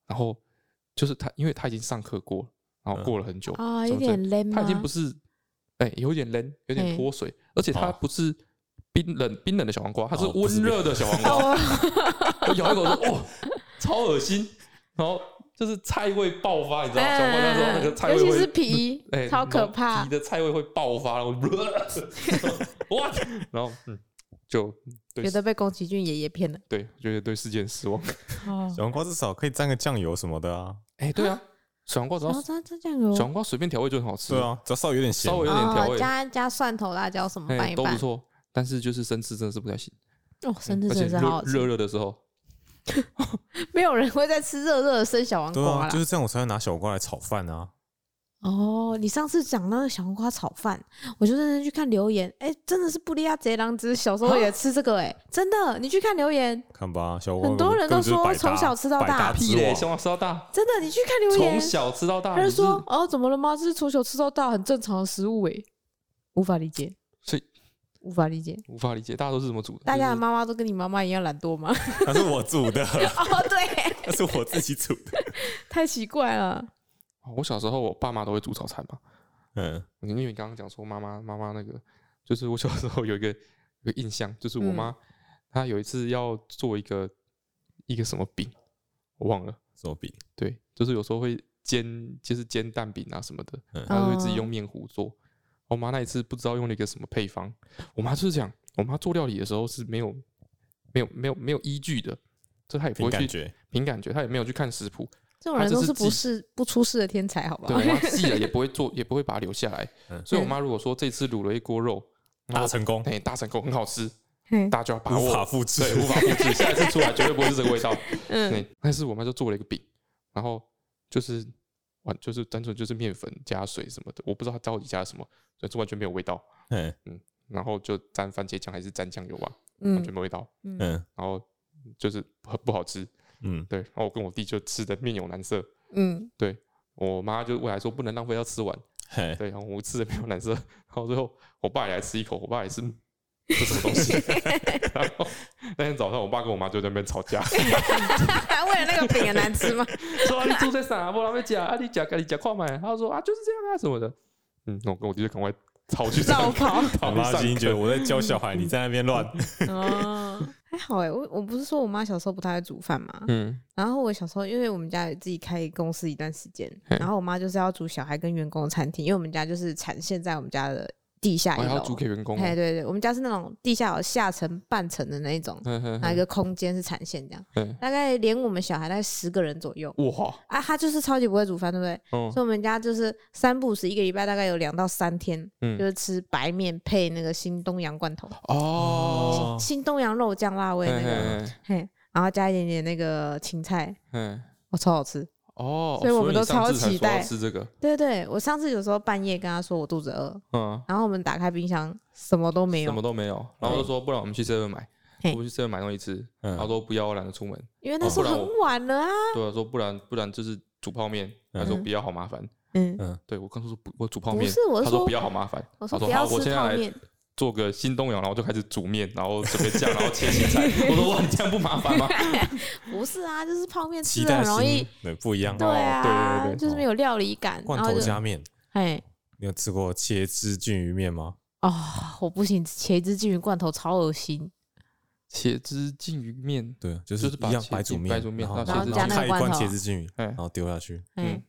Speaker 1: 然后就是他，因为他已经上课过了，然后
Speaker 3: 嗯
Speaker 1: 过了很久
Speaker 2: 啊，
Speaker 1: 什
Speaker 2: 有
Speaker 1: 么之类
Speaker 2: 点冷吗
Speaker 1: 他已？经不是，哎、有点冷，有点
Speaker 2: 嘿
Speaker 1: 脱水，而且它
Speaker 3: 哦
Speaker 1: 不是冰冷冰冷的小黄瓜，它是
Speaker 3: 哦不是
Speaker 1: 温
Speaker 3: 冰
Speaker 1: 热的小 黄
Speaker 2: 哦
Speaker 1: 瓜。我咬一口说，哇，超恶心，然后就是菜味爆发，你知道
Speaker 2: 嗯
Speaker 1: 吗？小黄瓜那时候那
Speaker 2: 哎
Speaker 1: 个菜
Speaker 4: 尤
Speaker 1: 味
Speaker 4: 其
Speaker 1: 会
Speaker 4: 是皮
Speaker 1: 哎，，
Speaker 4: 超可
Speaker 1: 然后
Speaker 4: 怕
Speaker 1: 皮。的菜味会爆发，然后我 哇，然后嗯， 就对
Speaker 2: 觉得被宫崎骏爷爷骗了，
Speaker 1: 对，觉得对世界很失望。
Speaker 2: 嗯
Speaker 4: 哦
Speaker 3: 小黄瓜至少可以沾个酱油什么的啊。
Speaker 1: 哎，对啊，小黄瓜只要
Speaker 2: 然后哦他这酱油
Speaker 1: 小黄瓜随便调味就很好吃，
Speaker 3: 对，啊，只要稍微有点咸
Speaker 1: 稍，微有点调
Speaker 2: 哦，
Speaker 1: 味，
Speaker 2: 加加蒜头、辣椒什么拌
Speaker 1: 哎，
Speaker 2: 一
Speaker 1: 都不
Speaker 2: 拌，
Speaker 1: 错。但是就是生吃真的是不太行，
Speaker 2: 哦，生日
Speaker 1: 而
Speaker 2: 真
Speaker 1: 且
Speaker 2: 的是好好
Speaker 1: 热热
Speaker 2: 吃，
Speaker 1: 热的时候，
Speaker 2: 没有人会再吃热热的生小黄
Speaker 3: 对
Speaker 2: 瓜
Speaker 3: 啊，
Speaker 2: 啦
Speaker 3: 就。是这样，我才会拿小黄瓜来炒饭啊。
Speaker 2: 哦，你上次讲那个小黄瓜炒饭，我就认真去看留言，哎、真的是布利亚贼狼子小时候
Speaker 1: 啊
Speaker 2: 也吃这个、哎，真的，你去看留言，
Speaker 3: 看吧，小黄瓜
Speaker 2: 很多人都说从小吃到大
Speaker 1: 屁嘞，小黄吃到大，
Speaker 2: 真的，你去看留
Speaker 1: 从
Speaker 2: 言，
Speaker 1: 小吃到大，
Speaker 2: 他就
Speaker 1: 你是
Speaker 2: 说，哦，怎么了吗？这是从小吃到大很正常的食物、哎，无法理解，
Speaker 1: 所以
Speaker 2: 无法理解，
Speaker 1: 无法理解大家都是怎么煮的，
Speaker 2: 大家
Speaker 1: 就
Speaker 2: 的
Speaker 1: 是
Speaker 2: 妈妈都跟你妈妈一样懒惰吗？
Speaker 3: 那是我煮的，
Speaker 2: 哦，对，
Speaker 3: 那是我自己煮的。
Speaker 2: 太奇怪
Speaker 1: 哦
Speaker 2: 了，
Speaker 1: 我小时候我爸妈都会煮早餐嘛，
Speaker 3: 嗯，
Speaker 1: 因为你刚刚讲说妈妈妈妈那个，就是我小时候有一个有一个印象，就是我
Speaker 2: 嗯
Speaker 1: 妈、她有一次要做一个一个什么饼，我忘了，
Speaker 3: 什么饼？
Speaker 1: 对，就是有时候会煎就是煎蛋饼啊什么的，
Speaker 3: 嗯
Speaker 1: 她就会自己
Speaker 2: 哦
Speaker 1: 用面糊做。我妈那一次不知道用了一个什么配方，我妈就是讲，我妈做料理的时候是没有没有没有没有依据的，这她也不会
Speaker 3: 凭
Speaker 1: 去
Speaker 3: 感觉，
Speaker 1: 凭感觉，她也没有去看食谱，
Speaker 2: 这种
Speaker 1: 他
Speaker 2: 人
Speaker 1: 只
Speaker 2: 都
Speaker 1: 是
Speaker 2: 是不
Speaker 1: 记
Speaker 2: 是不出世的天才，好吧
Speaker 1: 对？我 妈记了也不会做，也不会把它留下来。
Speaker 3: 嗯
Speaker 1: 所以我妈如果说这次卤了一锅肉，然
Speaker 3: 大
Speaker 1: 后
Speaker 3: 成功，
Speaker 1: 哎、大成功很好吃，
Speaker 2: 嗯
Speaker 1: 大家就要把
Speaker 3: 无法
Speaker 1: 握，
Speaker 3: 复制
Speaker 1: 对，，无 法复制，下一次出来绝对不会是这个味道。
Speaker 2: 嗯
Speaker 1: 对，但是我妈就做了一个饼，然后就是完就是单纯就是面粉加水什么的，我不知道她到底加了什么，所以这完全没有味道。
Speaker 3: 嗯
Speaker 1: 然后就沾番茄酱还是沾酱油吧，完全
Speaker 2: 嗯
Speaker 1: 没味道。
Speaker 2: 嗯
Speaker 3: 嗯
Speaker 1: 然后就是很不好吃，
Speaker 3: 嗯，
Speaker 1: 对。然后我跟我弟就吃的面有难色，
Speaker 2: 嗯，
Speaker 1: 我妈就未来说不能浪费，要吃完。
Speaker 3: 嘿，
Speaker 1: 对，然后我吃的没有难色，然后最后我爸也来吃一口，我爸也是这什么东 西？然后那天早上，我爸跟我妈就在那边吵 架，
Speaker 2: 为了那个饼很难吃 吗？
Speaker 1: 说啊你住在啥？不然被夹，啊你夹，赶紧夹快买。他说啊就是这样啊什么的。嗯，那我我就赶快逃去
Speaker 4: 绕
Speaker 1: 上课，
Speaker 4: 跑
Speaker 1: 逃
Speaker 3: 我
Speaker 1: 去
Speaker 3: 妈
Speaker 1: 上
Speaker 3: 已经觉
Speaker 1: 课
Speaker 3: 得。我在教小孩，你在那边乱。
Speaker 2: 嗯
Speaker 4: 哦，
Speaker 2: 还好哎、我我不是说我妈小时候不太会煮饭嘛，
Speaker 1: 嗯，
Speaker 2: 然后我小时候因为我们家也自己开公司一段时间，
Speaker 1: 嘿
Speaker 2: 然后我妈就是要煮小孩跟员工的餐厅，因为我们家就是产线在我们家的地下
Speaker 1: 我
Speaker 2: 一
Speaker 1: 还
Speaker 2: 楼
Speaker 1: 要，租给员工哦。
Speaker 2: 哎对对，我们家是那种地下有下层半层的那一种，
Speaker 1: 嘿嘿
Speaker 2: 然后
Speaker 1: 嘿
Speaker 2: 一个空间是产线这样，
Speaker 1: 嘿
Speaker 2: 大概连我们小孩大概十个人左右
Speaker 1: 哇，
Speaker 2: 啊，她就是超级不会煮饭，对不对？
Speaker 1: 嗯
Speaker 2: 所以我们家就是三不五时一个礼拜大概有两到三天，就
Speaker 1: 嗯，
Speaker 2: 是吃白面配那个新东阳罐头，
Speaker 1: 哦，
Speaker 2: 新东阳肉酱辣味
Speaker 1: 嘿
Speaker 2: 那个，
Speaker 1: 嘿
Speaker 2: 嘿，然后加一点点那个芹菜，
Speaker 1: 嘿，
Speaker 2: 我、超好吃。
Speaker 1: 哦，
Speaker 2: 所以我们
Speaker 1: 你
Speaker 2: 都
Speaker 1: 上
Speaker 2: 超
Speaker 1: 次才
Speaker 2: 期
Speaker 1: 说要
Speaker 2: 待
Speaker 1: 吃这个，
Speaker 2: 对对，我上次有时候半夜跟他说我肚子饿，
Speaker 1: 嗯，
Speaker 2: 然后我们打开冰箱什么都没
Speaker 1: 什
Speaker 2: 有
Speaker 1: 么，都没有，然后就说不然我们去 seven 买，
Speaker 2: 嘿
Speaker 1: 我们去 seven 买东西吃，
Speaker 3: 嗯
Speaker 1: 他说不要，我懒得出门，
Speaker 2: 因为那
Speaker 3: 哦
Speaker 2: 时候
Speaker 1: 不然我
Speaker 2: 很晚了啊。
Speaker 1: 对啊，说不然不然就是煮泡面，他说
Speaker 2: 嗯
Speaker 1: 不要好麻烦，
Speaker 2: 嗯，
Speaker 1: 对我刚说不我煮泡
Speaker 2: 不
Speaker 1: 面
Speaker 2: 是，，我
Speaker 1: 他
Speaker 2: 是说
Speaker 1: 不要好麻烦，
Speaker 2: 我
Speaker 1: 他说
Speaker 2: 说不要
Speaker 1: 好，我
Speaker 2: 吃
Speaker 1: 现
Speaker 2: 泡
Speaker 1: 在来
Speaker 2: 面，
Speaker 1: 做个新东阳，然后就开始煮面，然后准备 酱，然后切芹菜，我说哇，你这样不麻烦吗？
Speaker 2: 不是啊，就是泡面
Speaker 3: 期
Speaker 2: 吃了
Speaker 3: 待
Speaker 2: 很容易
Speaker 3: 心，对不一样。
Speaker 2: 对啊，
Speaker 1: 哦对对对
Speaker 2: 就是没有料理感，
Speaker 3: 罐
Speaker 2: 然后
Speaker 3: 头
Speaker 2: 就
Speaker 3: 加面，
Speaker 2: 哎
Speaker 3: 你有吃过茄汁鲫鱼面吗？
Speaker 2: 哦，我不行，茄汁鲫鱼罐头超恶心，
Speaker 1: 茄汁鲫鱼面，
Speaker 3: 对，就
Speaker 1: 就是是把
Speaker 3: 一样
Speaker 1: 茄
Speaker 3: 白
Speaker 1: 子
Speaker 3: 煮面，
Speaker 1: 白煮面
Speaker 3: 然后
Speaker 1: 然后
Speaker 3: 就是
Speaker 2: 加那个
Speaker 3: 开一罐
Speaker 2: 罐头
Speaker 3: 茄子鲫鱼，
Speaker 1: 哎
Speaker 3: 然后丢下去。
Speaker 2: 哎，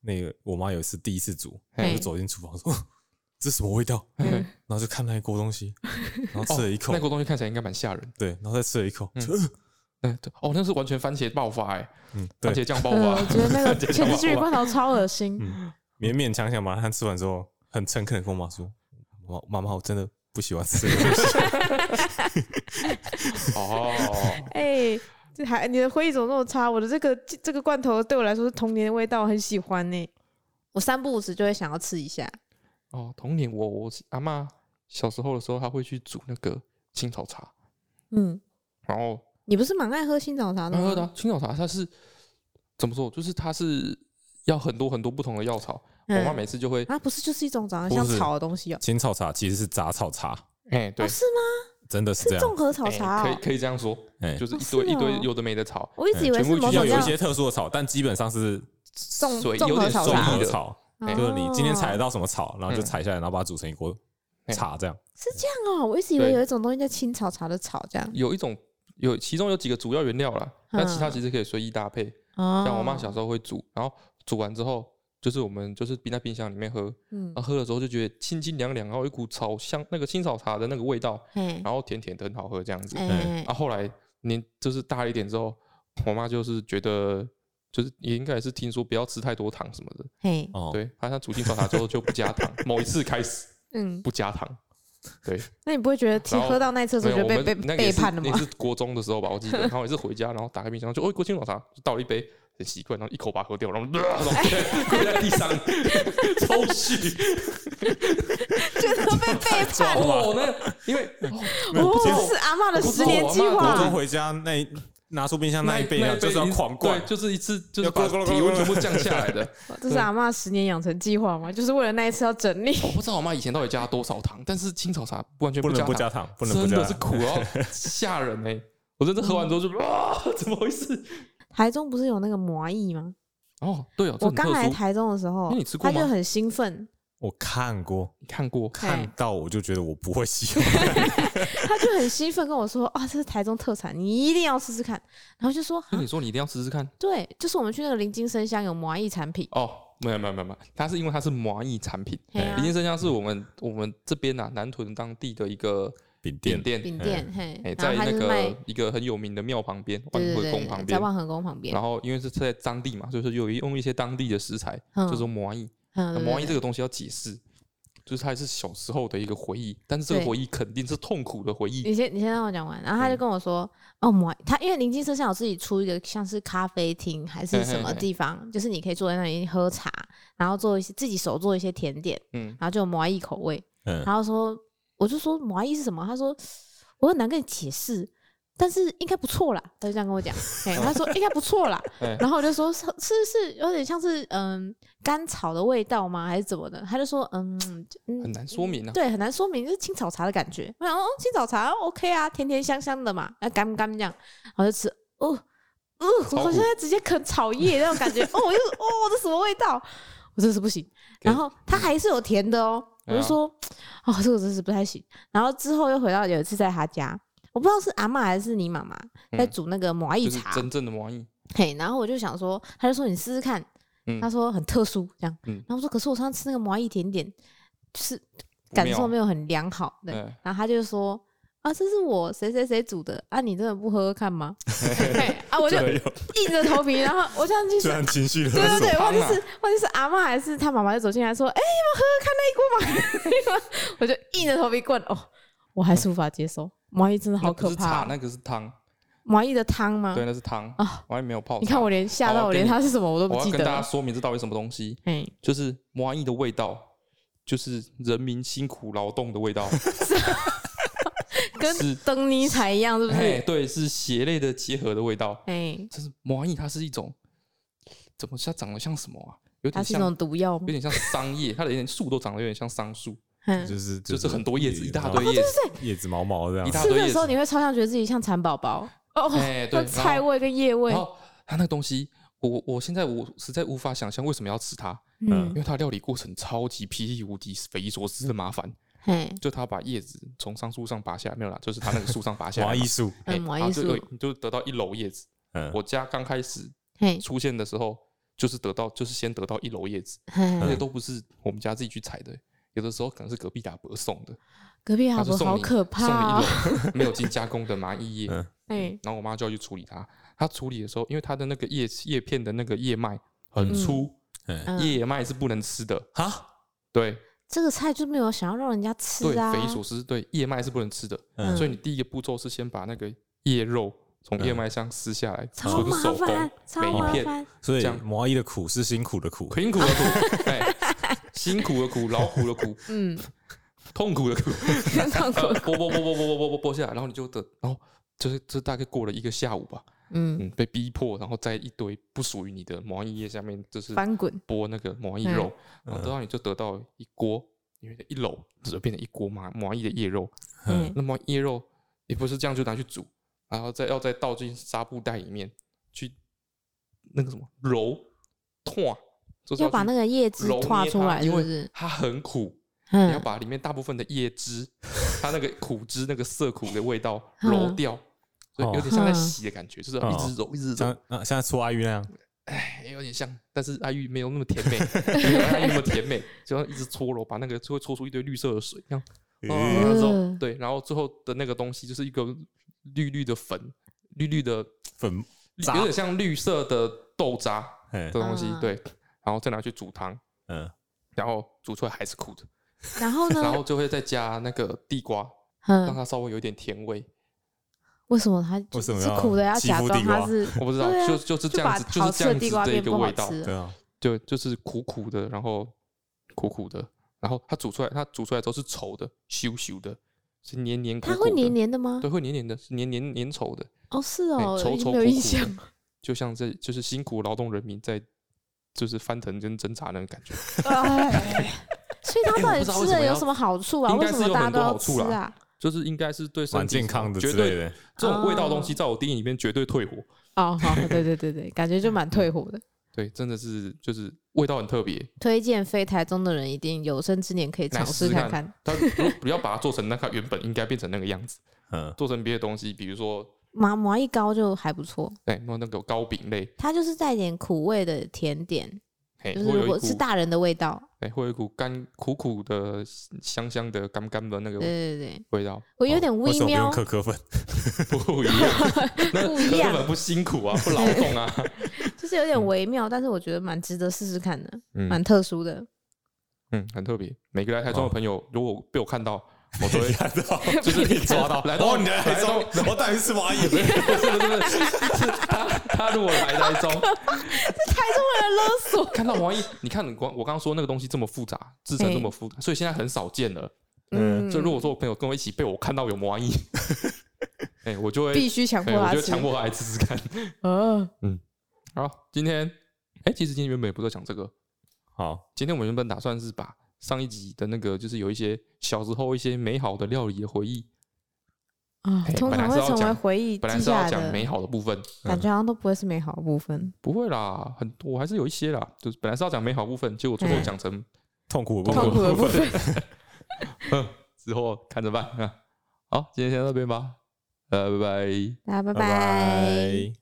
Speaker 3: 那个我妈有一次第一次煮，
Speaker 1: 嘿
Speaker 3: 就走进厨房说：“ 这什么味道？”
Speaker 2: 嗯
Speaker 1: 嘿
Speaker 3: 然后就看那一锅东 西，然后
Speaker 1: 哎哦
Speaker 3: 吃了一口
Speaker 1: 那，锅东西看起来应该蛮吓人。
Speaker 3: 对，然后再吃了一口，
Speaker 1: 嗯
Speaker 3: 就呃
Speaker 1: 哎，对哦，那是完全番茄爆发哎，
Speaker 3: 嗯，
Speaker 1: 番茄
Speaker 3: 对，
Speaker 1: 酱爆
Speaker 2: 呃
Speaker 1: 发
Speaker 2: 我，觉得 那个
Speaker 1: 直接
Speaker 2: 茄
Speaker 1: 讲
Speaker 2: 汁
Speaker 1: 吧
Speaker 2: 鲫鱼罐头超恶心，
Speaker 3: 嗯，勉勉强强把它吃完之后，很诚恳的跟我妈说：“妈妈妈，我真的不喜欢吃这个东西。
Speaker 1: 哦，
Speaker 2: 哎。这还你的回忆怎么那么差？我的这个这个罐头对我来说是童年的味道，很喜欢呢、我三不五时就会想要吃一下。
Speaker 1: 哦，童年我我阿妈小时候的时候，她会去煮那个青草茶，
Speaker 2: 嗯，
Speaker 1: 然后
Speaker 2: 你不是蛮爱喝新早茶的
Speaker 1: 蛮
Speaker 2: 吗？
Speaker 1: 喝的啊、青草茶，它是怎么说？就是它是要很多很多不同的药草。我妈
Speaker 2: 嗯
Speaker 1: 每次就会，
Speaker 2: 啊，不是就是一种长得
Speaker 3: 不
Speaker 2: 像
Speaker 3: 是
Speaker 2: 草的东西哦”、
Speaker 3: 青草茶其实是杂草茶，
Speaker 1: 哎、对
Speaker 2: 哦，，是吗？
Speaker 3: 真的是这
Speaker 2: 是综
Speaker 3: 样。
Speaker 2: 合草
Speaker 1: 哎
Speaker 2: 茶、哦
Speaker 1: 可以可以这样说，
Speaker 3: 哎
Speaker 1: 就，是
Speaker 2: 哦
Speaker 1: 一
Speaker 2: 是
Speaker 1: 堆一堆
Speaker 2: 哦
Speaker 1: 有的没的草，
Speaker 2: 我一直以为
Speaker 3: 全
Speaker 2: 是
Speaker 3: 部
Speaker 2: 某
Speaker 3: 要
Speaker 2: 种
Speaker 3: 哎有
Speaker 2: 叫
Speaker 3: 一些特殊的草，但基本上是
Speaker 2: 综
Speaker 1: 水
Speaker 2: 综
Speaker 1: 有
Speaker 2: 合
Speaker 1: 点
Speaker 2: 草
Speaker 1: 综
Speaker 3: 综
Speaker 2: 茶，
Speaker 3: 合草，
Speaker 1: 哎
Speaker 3: 就是你今天采
Speaker 2: 哦
Speaker 3: 得到什么草，然后就
Speaker 1: 嗯
Speaker 3: 采下来，然后把它煮成一锅
Speaker 1: 哎
Speaker 3: 茶这样。
Speaker 2: 是这样哦。我一直以为
Speaker 1: 对
Speaker 2: 有一种东西叫青草茶的草这样。
Speaker 1: 有一种有其中有几个主要原料啦，但其他其实可以随意搭配。
Speaker 2: 嗯哦，
Speaker 1: 像我妈小，时候会煮，然后煮完之后。就是我们就是冰在冰箱里面喝，
Speaker 2: 嗯
Speaker 1: 然后，喝的时候就觉得清清凉凉，然后有一股草香那个青草茶的那个味道，
Speaker 2: 嘿，
Speaker 1: 然后甜甜的很好喝这样子。
Speaker 3: 嗯
Speaker 2: 哎
Speaker 1: 啊，，后来年就是大一点之后，我妈就是觉得，就是也应该也是听说不要吃太多糖什么的。
Speaker 2: 嘿，
Speaker 3: 哦，
Speaker 1: 对，她她煮青草茶之后就不加糖，某一次开始
Speaker 2: 嗯，
Speaker 1: 不加糖。对，
Speaker 2: 那你不会觉得
Speaker 1: 然
Speaker 2: 听
Speaker 1: 后
Speaker 2: 喝到那一次的
Speaker 1: 没
Speaker 2: 时
Speaker 1: 有
Speaker 2: 候就
Speaker 1: 我
Speaker 2: 被
Speaker 1: 们
Speaker 2: 被
Speaker 1: 那个也
Speaker 2: 背
Speaker 1: 是
Speaker 2: 叛了
Speaker 1: 那
Speaker 2: 吗？
Speaker 1: 是国中的时候吧，我记得。然后也是回家，然后打开冰箱就哦，一锅青草茶，就倒了一杯，很习惯，然后一口把它喝掉，然后 然后 跪在地上抽搐。
Speaker 2: 觉得被背叛，
Speaker 1: 哦，那因为哦
Speaker 2: 哦
Speaker 1: 结，果
Speaker 2: 是阿嬷的
Speaker 1: 我
Speaker 2: 十年计
Speaker 1: 我妈
Speaker 3: 国
Speaker 1: 国
Speaker 3: 中
Speaker 2: 划。啊
Speaker 3: 回家那一拿出冰箱那一杯，然后就是要
Speaker 1: 一
Speaker 3: 狂灌
Speaker 1: 对，，就是一次就是
Speaker 3: 要
Speaker 1: 把
Speaker 3: 灌灌
Speaker 1: 体
Speaker 3: 灌
Speaker 1: 温
Speaker 3: 灌
Speaker 1: 全部降下来的。
Speaker 2: 这是阿嬷十年养成计划吗？就是为了那一次要整理。
Speaker 1: 我不知道我妈以前到底加了多少糖，但是青草茶完全
Speaker 3: 不能
Speaker 1: 加
Speaker 3: 不
Speaker 1: 糖，
Speaker 3: 加糖，不能不
Speaker 1: 真
Speaker 3: 加
Speaker 1: 的是
Speaker 3: 糖。
Speaker 1: 苦哦，吓人哎、 我真的喝完之后就 啊，怎么回事？
Speaker 2: 台中不是有那个麻蚁吗？
Speaker 1: 哦，对哦，这
Speaker 2: 我
Speaker 1: 很特
Speaker 2: 刚来
Speaker 1: 殊。
Speaker 2: 台中的时候
Speaker 1: 那你吃，过
Speaker 2: 他
Speaker 1: 吗
Speaker 2: 就很兴奋，
Speaker 3: 我看过，
Speaker 1: 你看过？
Speaker 3: 看
Speaker 2: 嘿
Speaker 3: 到我就觉得我不会 喜欢。
Speaker 2: 他就很兴奋跟我说：“啊，这是台中特产，你一定要试试看。”然后就说
Speaker 1: 那
Speaker 2: 啊
Speaker 1: 你说你一定要试试看？：“
Speaker 2: 对，就是我们去那个林金生香有麻蚁产品，
Speaker 1: 哦，没有没有没有没有，它是因为它是麻蚁产品。
Speaker 2: 嘿啊
Speaker 1: 林先生家是我们我们这边啊南屯当地的一个
Speaker 3: 饼
Speaker 1: 饼
Speaker 3: 店，
Speaker 1: 店，
Speaker 2: 饼店，嘿
Speaker 1: 哎，，
Speaker 2: 然
Speaker 1: 在
Speaker 2: 后他
Speaker 1: 那
Speaker 2: 就是卖
Speaker 1: 个，一个很有名的庙旁边，万
Speaker 2: 对对
Speaker 1: 和宫
Speaker 2: 对
Speaker 1: 旁
Speaker 2: 对，在
Speaker 1: 边。
Speaker 2: 万和宫旁边
Speaker 1: 然，后因为是在当地嘛，就是有用一些当地的食材，
Speaker 2: 嗯
Speaker 1: 就说麻蚁。
Speaker 2: 嗯，
Speaker 1: 那
Speaker 2: 对
Speaker 1: 麻蚁
Speaker 2: 对
Speaker 1: 这个东西要解释，就是它还是小时候的一个回忆，但是这个
Speaker 2: 对
Speaker 1: 回忆肯定是痛苦的回忆。
Speaker 2: 你先你先让我讲完，然后他就
Speaker 1: 嗯
Speaker 2: 跟我说：“哦，麻他因为林金生香有自己出一个像是咖啡厅还是什
Speaker 1: 嘿嘿
Speaker 2: 么
Speaker 1: 嘿
Speaker 2: 地方，就是你可以坐在那里喝茶，然后做一些自己手做一些甜点，
Speaker 1: 嗯，
Speaker 2: 然后就有麻蚁口味。”
Speaker 3: 嗯，
Speaker 2: 然后说，我就说麻蚁是什么？他说我很难跟你解释。但是应该不错啦，他就这样跟我讲。哎，他说应该不 错啦，
Speaker 1: 哎，
Speaker 2: 然后我就说是是是有点像是嗯甘草的味道吗，还是怎么的？他就说嗯嗯
Speaker 1: 很难说明啊。
Speaker 2: 对，很难说明，就是青草茶的感觉。我想说哦，青草茶 OK 啊，甜甜香香的嘛，啊干干这样，然后就吃，哦，哦，我
Speaker 1: 超
Speaker 2: 好
Speaker 1: 苦
Speaker 2: 像在直接啃草叶那种感觉，哦，我就哦，这什么味道？我真是不行。然后它还是有甜的哦，我
Speaker 1: 对啊
Speaker 2: 就说，哦，这个真是不太行。然后之后又回到有一次在他家，我不知道是阿嬷还是你妈妈在
Speaker 1: 嗯
Speaker 2: 煮那个麻
Speaker 1: 就
Speaker 2: 薏
Speaker 1: 是
Speaker 2: 茶，
Speaker 1: 真正的蚂蚁，
Speaker 2: 嘿，然后我就想说，他就说你试试看，
Speaker 1: 嗯
Speaker 2: 他说很特殊这样，
Speaker 1: 嗯
Speaker 2: 然后我说可是我上次吃那个麻薏甜点，就是
Speaker 1: 不
Speaker 2: 感
Speaker 1: 妙
Speaker 2: 受没有很良好，对，
Speaker 1: 哎
Speaker 2: 然后他就说啊这是我谁谁谁煮的啊，你真的不喝喝看吗？ 嘿啊我就
Speaker 3: 对
Speaker 2: 硬着头皮，然后我这样进去
Speaker 3: 虽。然情绪
Speaker 2: 对对对，
Speaker 1: 手
Speaker 2: 忘记
Speaker 1: 烫啊
Speaker 2: 是忘记是阿妈还是他妈妈就走进来说：“哎、要不要喝喝看那一锅嘛？” 我就硬着头皮灌哦，我还是无法接受，麻薏真的好
Speaker 1: 那不
Speaker 2: 可
Speaker 1: 是茶
Speaker 2: 怕，哦，
Speaker 1: 那个是汤，
Speaker 2: 麻薏的汤吗？
Speaker 1: 对，那是汤
Speaker 2: 啊
Speaker 1: 蚂蚁没有泡茶。
Speaker 2: 你看我连吓
Speaker 1: 好
Speaker 2: 到
Speaker 1: 我
Speaker 2: 我
Speaker 1: 给
Speaker 2: 连
Speaker 1: 你
Speaker 2: 它是什么我都不
Speaker 1: 我要
Speaker 2: 记
Speaker 1: 跟
Speaker 2: 得
Speaker 1: 大家
Speaker 2: 了。
Speaker 1: 说明这到底什么东西，
Speaker 2: 哎，
Speaker 1: 就是蚂蚁的味道，就是人民辛苦劳动的味道。
Speaker 2: 跟
Speaker 1: 是
Speaker 2: 灯尼彩一样，是不
Speaker 1: 哎，
Speaker 2: 是？
Speaker 1: 对，是血泪的结合的味道。
Speaker 2: 哎，
Speaker 1: 就是蚂蚁，它是一种怎么像长得像什么啊？有
Speaker 2: 它
Speaker 1: 点
Speaker 2: 是一
Speaker 1: 像，
Speaker 2: 种毒药
Speaker 1: 有
Speaker 2: 吗？
Speaker 1: 点像桑叶，它的连树都长得有点像桑树，
Speaker 2: 嗯，
Speaker 3: 就
Speaker 2: 吃
Speaker 3: 是
Speaker 1: 就是很多叶子，一大堆
Speaker 3: 叶
Speaker 1: 叶子，
Speaker 2: 哦
Speaker 3: 叶子毛毛这
Speaker 1: 一
Speaker 3: 样。
Speaker 1: 大堆
Speaker 2: 的
Speaker 1: 叶
Speaker 2: 时候
Speaker 1: 子。
Speaker 2: 你会超想觉得自己像蚕宝宝哦，
Speaker 1: 哎，对，
Speaker 2: 那菜
Speaker 1: 然后
Speaker 2: 味跟叶味
Speaker 1: 然，后它那个东西，我我我现在我实在无法想象为什么要吃它，因
Speaker 2: 嗯，
Speaker 1: 为它料理过程超级霹雳无敌、匪夷所思的麻烦。
Speaker 2: 嘿，
Speaker 1: 就它把叶子从桑树上拔下来，没有啦，就是它那个树上拔下来
Speaker 3: 华
Speaker 1: 嘛，
Speaker 3: 艺术，
Speaker 1: 哎，
Speaker 2: 嗯麻
Speaker 1: 然后
Speaker 2: 艺
Speaker 1: 就
Speaker 2: 术
Speaker 1: 有你就得到一篓叶子。
Speaker 3: 嗯，
Speaker 1: 我家刚开始
Speaker 2: 嘿，
Speaker 1: 出现的时候，就是得到，就是先得到一篓叶子。
Speaker 2: 嘿
Speaker 1: 而且
Speaker 2: 嘿，
Speaker 1: 都不是我们家自己去采的，有的时候可能是隔壁阿伯送的，
Speaker 2: 隔壁
Speaker 1: 他
Speaker 2: 阿
Speaker 1: 就
Speaker 2: 伯
Speaker 1: 送
Speaker 2: 好
Speaker 1: 你
Speaker 2: 可怕哦，
Speaker 1: 送你一 篓没有经加工的麻叶叶，
Speaker 3: 嗯
Speaker 2: 哎，
Speaker 1: 然后我妈就要去处理它。她处理的时候，因为它的那个叶叶片的那个叶脉很粗，
Speaker 3: 哎，
Speaker 2: 嗯
Speaker 1: 叶脉是不能吃的。
Speaker 3: 哈，
Speaker 1: 对
Speaker 2: 这个菜就没有想要让人家吃
Speaker 1: 对，
Speaker 2: 啊
Speaker 1: 匪，夷所思，对叶脉是不能吃的，
Speaker 3: 嗯
Speaker 1: 所以你第一个步骤是先把那个叶肉从叶
Speaker 3: 嗯
Speaker 1: 脉上撕下来，
Speaker 2: 超
Speaker 1: 纯
Speaker 2: 麻
Speaker 1: 手工
Speaker 2: 烦，，超
Speaker 1: 每
Speaker 2: 麻
Speaker 1: 一片
Speaker 2: 烦，
Speaker 3: 所以
Speaker 1: 这样
Speaker 3: 毛衣的苦是辛苦的苦，
Speaker 1: 辛苦的苦，哎，辛苦的苦，劳苦的苦，
Speaker 2: 嗯，
Speaker 1: 痛苦的 苦。
Speaker 2: 痛
Speaker 1: 呃
Speaker 2: 苦，
Speaker 1: 剥剥剥剥剥剥剥剥剥下来，然后你就等，然后就是这大概过了一个下午吧，
Speaker 2: 嗯，
Speaker 1: 嗯，被逼迫，然后在一堆不属于你的毛衣叶下面，就是
Speaker 2: 翻滚，
Speaker 1: 剥那个毛衣
Speaker 2: 嗯
Speaker 1: 肉，然后得到你就得到一锅，因为一篓只变成一锅麻毛衣的叶肉，
Speaker 2: 嗯，
Speaker 1: 那么叶肉也不是这样就拿去煮，然后再要再倒进纱布袋里面去那个什么揉拓，就是
Speaker 2: 要把
Speaker 1: 去
Speaker 2: 那个叶子
Speaker 1: 揉
Speaker 2: 画
Speaker 1: 捏
Speaker 2: 出
Speaker 1: 它
Speaker 2: 来，是
Speaker 1: 因
Speaker 2: 不
Speaker 1: 为
Speaker 2: 是？
Speaker 1: 它很苦。你要
Speaker 2: 嗯，
Speaker 1: 把里面大部分的叶 汁，它那个苦汁、那个涩苦的味道
Speaker 2: 嗯
Speaker 1: 揉掉，所以有点像在
Speaker 2: 嗯
Speaker 1: 洗的感觉，就是要一直揉，一直揉
Speaker 3: 像，啊像出阿玉那样，
Speaker 1: 哎，有点像，但是爱玉没有那么甜 美，没有爱玉那么甜美，就要一直搓揉，把那个就会搓出一堆绿色的水，这样，
Speaker 3: 嗯
Speaker 1: 然后
Speaker 2: 嗯
Speaker 1: 对，然后最后的那个东西就是一个绿绿的粉，绿绿的，
Speaker 3: 粉渣
Speaker 1: 有点像绿色的豆渣
Speaker 3: 哎
Speaker 1: 的东西
Speaker 2: 嗯，
Speaker 1: 对，然后再拿去煮汤，
Speaker 3: 嗯，
Speaker 1: 然后煮出来还是苦的，
Speaker 2: 然后
Speaker 1: 然
Speaker 2: 呢，
Speaker 1: 后就会再加那个地瓜，让
Speaker 2: 嗯，
Speaker 1: 它稍微有一点甜味。
Speaker 2: 为什么它就
Speaker 3: 为什么
Speaker 2: 是
Speaker 3: 要
Speaker 2: 苦的要
Speaker 3: 欺
Speaker 2: 假
Speaker 3: 负
Speaker 2: 装
Speaker 3: 地
Speaker 2: 它
Speaker 3: 瓜
Speaker 2: 是
Speaker 1: 我不知道，
Speaker 2: 对啊
Speaker 1: 就就是这
Speaker 2: 就
Speaker 1: 样
Speaker 2: 把
Speaker 1: 子，
Speaker 2: 好
Speaker 1: 是
Speaker 2: 吃
Speaker 1: 这
Speaker 2: 的
Speaker 1: 样
Speaker 2: 地
Speaker 1: 子
Speaker 2: 瓜
Speaker 1: 的一
Speaker 2: 变
Speaker 1: 个
Speaker 2: 不好
Speaker 1: 味道，
Speaker 2: 吃
Speaker 3: 对啊，
Speaker 1: 就就是苦苦的，然后苦苦的，然后它煮出来，它煮出来都是稠的、羞羞的，是黏黏苦苦
Speaker 2: 它
Speaker 1: 的，
Speaker 2: 会黏，黏的吗？
Speaker 1: 对，会黏黏的，是黏黏黏稠的，
Speaker 2: 哦，是
Speaker 1: 哎
Speaker 2: 哦，
Speaker 1: 稠稠
Speaker 2: 没有印象。
Speaker 1: 苦苦的，就像这就是辛苦劳动人民在就是翻腾跟挣扎那种感觉，
Speaker 2: 哎 所以它到
Speaker 1: 哎我不
Speaker 2: 底
Speaker 1: 知道为
Speaker 2: 吃
Speaker 1: 什
Speaker 2: 了
Speaker 1: 么
Speaker 2: 有
Speaker 1: 要
Speaker 2: 什么好处啊？
Speaker 1: 应
Speaker 2: 为
Speaker 1: 该
Speaker 2: 什
Speaker 1: 是
Speaker 2: 么
Speaker 1: 有
Speaker 2: 大家
Speaker 1: 很
Speaker 2: 都
Speaker 1: 多
Speaker 2: 要
Speaker 1: 好处
Speaker 2: 吃
Speaker 1: 啦
Speaker 2: 啊？
Speaker 1: 就是应该是对身
Speaker 3: 蛮
Speaker 1: 体
Speaker 3: 健康的
Speaker 1: 绝
Speaker 3: 之
Speaker 1: 对
Speaker 3: 类的，
Speaker 1: 这种味道的东西，
Speaker 2: 哦
Speaker 1: 在我电影里面绝对退火，
Speaker 2: 哦，好，对对对对，感觉就蛮退火的。
Speaker 1: 对，真的是就是味道很特别，
Speaker 2: 推荐非台中的人一定有生之年可以尝
Speaker 1: 来试
Speaker 2: 试
Speaker 1: 试
Speaker 2: 看
Speaker 1: 看
Speaker 2: 看。
Speaker 1: 但如不要把它做成那它原本应该变成那个样子，
Speaker 3: 嗯，
Speaker 1: 做成别的东西，比如说
Speaker 2: 麻麻一糕就还不错，
Speaker 1: 哎，那那个糕饼类。
Speaker 2: 它就是带一点苦味的甜点，
Speaker 1: 嘿，
Speaker 2: 就
Speaker 1: 会
Speaker 2: 是
Speaker 1: 哎有
Speaker 2: 如
Speaker 1: 一
Speaker 2: 果
Speaker 1: 股
Speaker 2: 是大人的味道。
Speaker 1: 哎，会有一股甘苦苦的、香香的、干干的那个
Speaker 2: 对对对，
Speaker 1: 味道，
Speaker 2: 我有点
Speaker 3: 为
Speaker 2: 微
Speaker 3: 什么不
Speaker 2: 妙
Speaker 3: 用，可可粉？
Speaker 1: 不一 样，那
Speaker 2: 不
Speaker 1: 那
Speaker 2: 一
Speaker 1: 根
Speaker 2: 样
Speaker 1: 本不辛苦啊，不劳动啊。
Speaker 2: 就是有点微妙，但是我觉得蛮值得试试看的，
Speaker 1: 嗯
Speaker 2: 蛮特殊的。
Speaker 1: 嗯，很特别。每个来
Speaker 3: 哦
Speaker 1: 台中的朋友，如果被我看到，我 都会
Speaker 3: 你看到
Speaker 1: 就是
Speaker 3: 被你抓到，
Speaker 1: 来到
Speaker 3: 哦，你 来台中
Speaker 1: 来，
Speaker 3: 我带你去吃 蚂蚁，
Speaker 1: 不是不是不是，是他他如果来台中
Speaker 2: 台中人勒索，
Speaker 1: 看到王毅，你看你光我刚刚说那个东西这么复杂，制成
Speaker 2: 哎
Speaker 1: 这么复杂，所以现在很少见了。
Speaker 3: 嗯
Speaker 1: 所以如果说我朋友跟我一起被我看到有王毅，哎、我就会，
Speaker 2: 必须啊强迫
Speaker 1: 哎，我
Speaker 2: 他
Speaker 1: 就
Speaker 2: 吃
Speaker 1: 强。迫他来试试看。
Speaker 4: 呃，
Speaker 1: 好，今天，哎、其实今天原本也不是在讲这个，
Speaker 3: 好，
Speaker 1: 今天我们原本打算是把上一集的那个，就是有一些小时候一些美好的料理的回忆，
Speaker 4: 啊
Speaker 1: 哎，
Speaker 2: 通
Speaker 1: 本来
Speaker 2: 常
Speaker 1: 是
Speaker 2: 会
Speaker 1: 要
Speaker 2: 成为
Speaker 1: 讲
Speaker 2: 回忆
Speaker 1: 本来
Speaker 2: 记
Speaker 1: 是
Speaker 2: 下
Speaker 1: 要
Speaker 2: 来
Speaker 1: 讲美嗯
Speaker 2: 的，
Speaker 1: 好的部分，
Speaker 2: 感觉好像都不会是美好的部分。
Speaker 1: 不会啦，很多我还是有一些啦，就是本来是要讲美好部分，结果最后
Speaker 2: 嗯
Speaker 1: 讲成
Speaker 3: 痛苦的部
Speaker 2: 痛苦的
Speaker 3: 分，
Speaker 2: 部 分，
Speaker 1: 之后看着 办。好，今天先到这边吧，呃，拜拜。
Speaker 2: 大家拜
Speaker 3: 拜拜。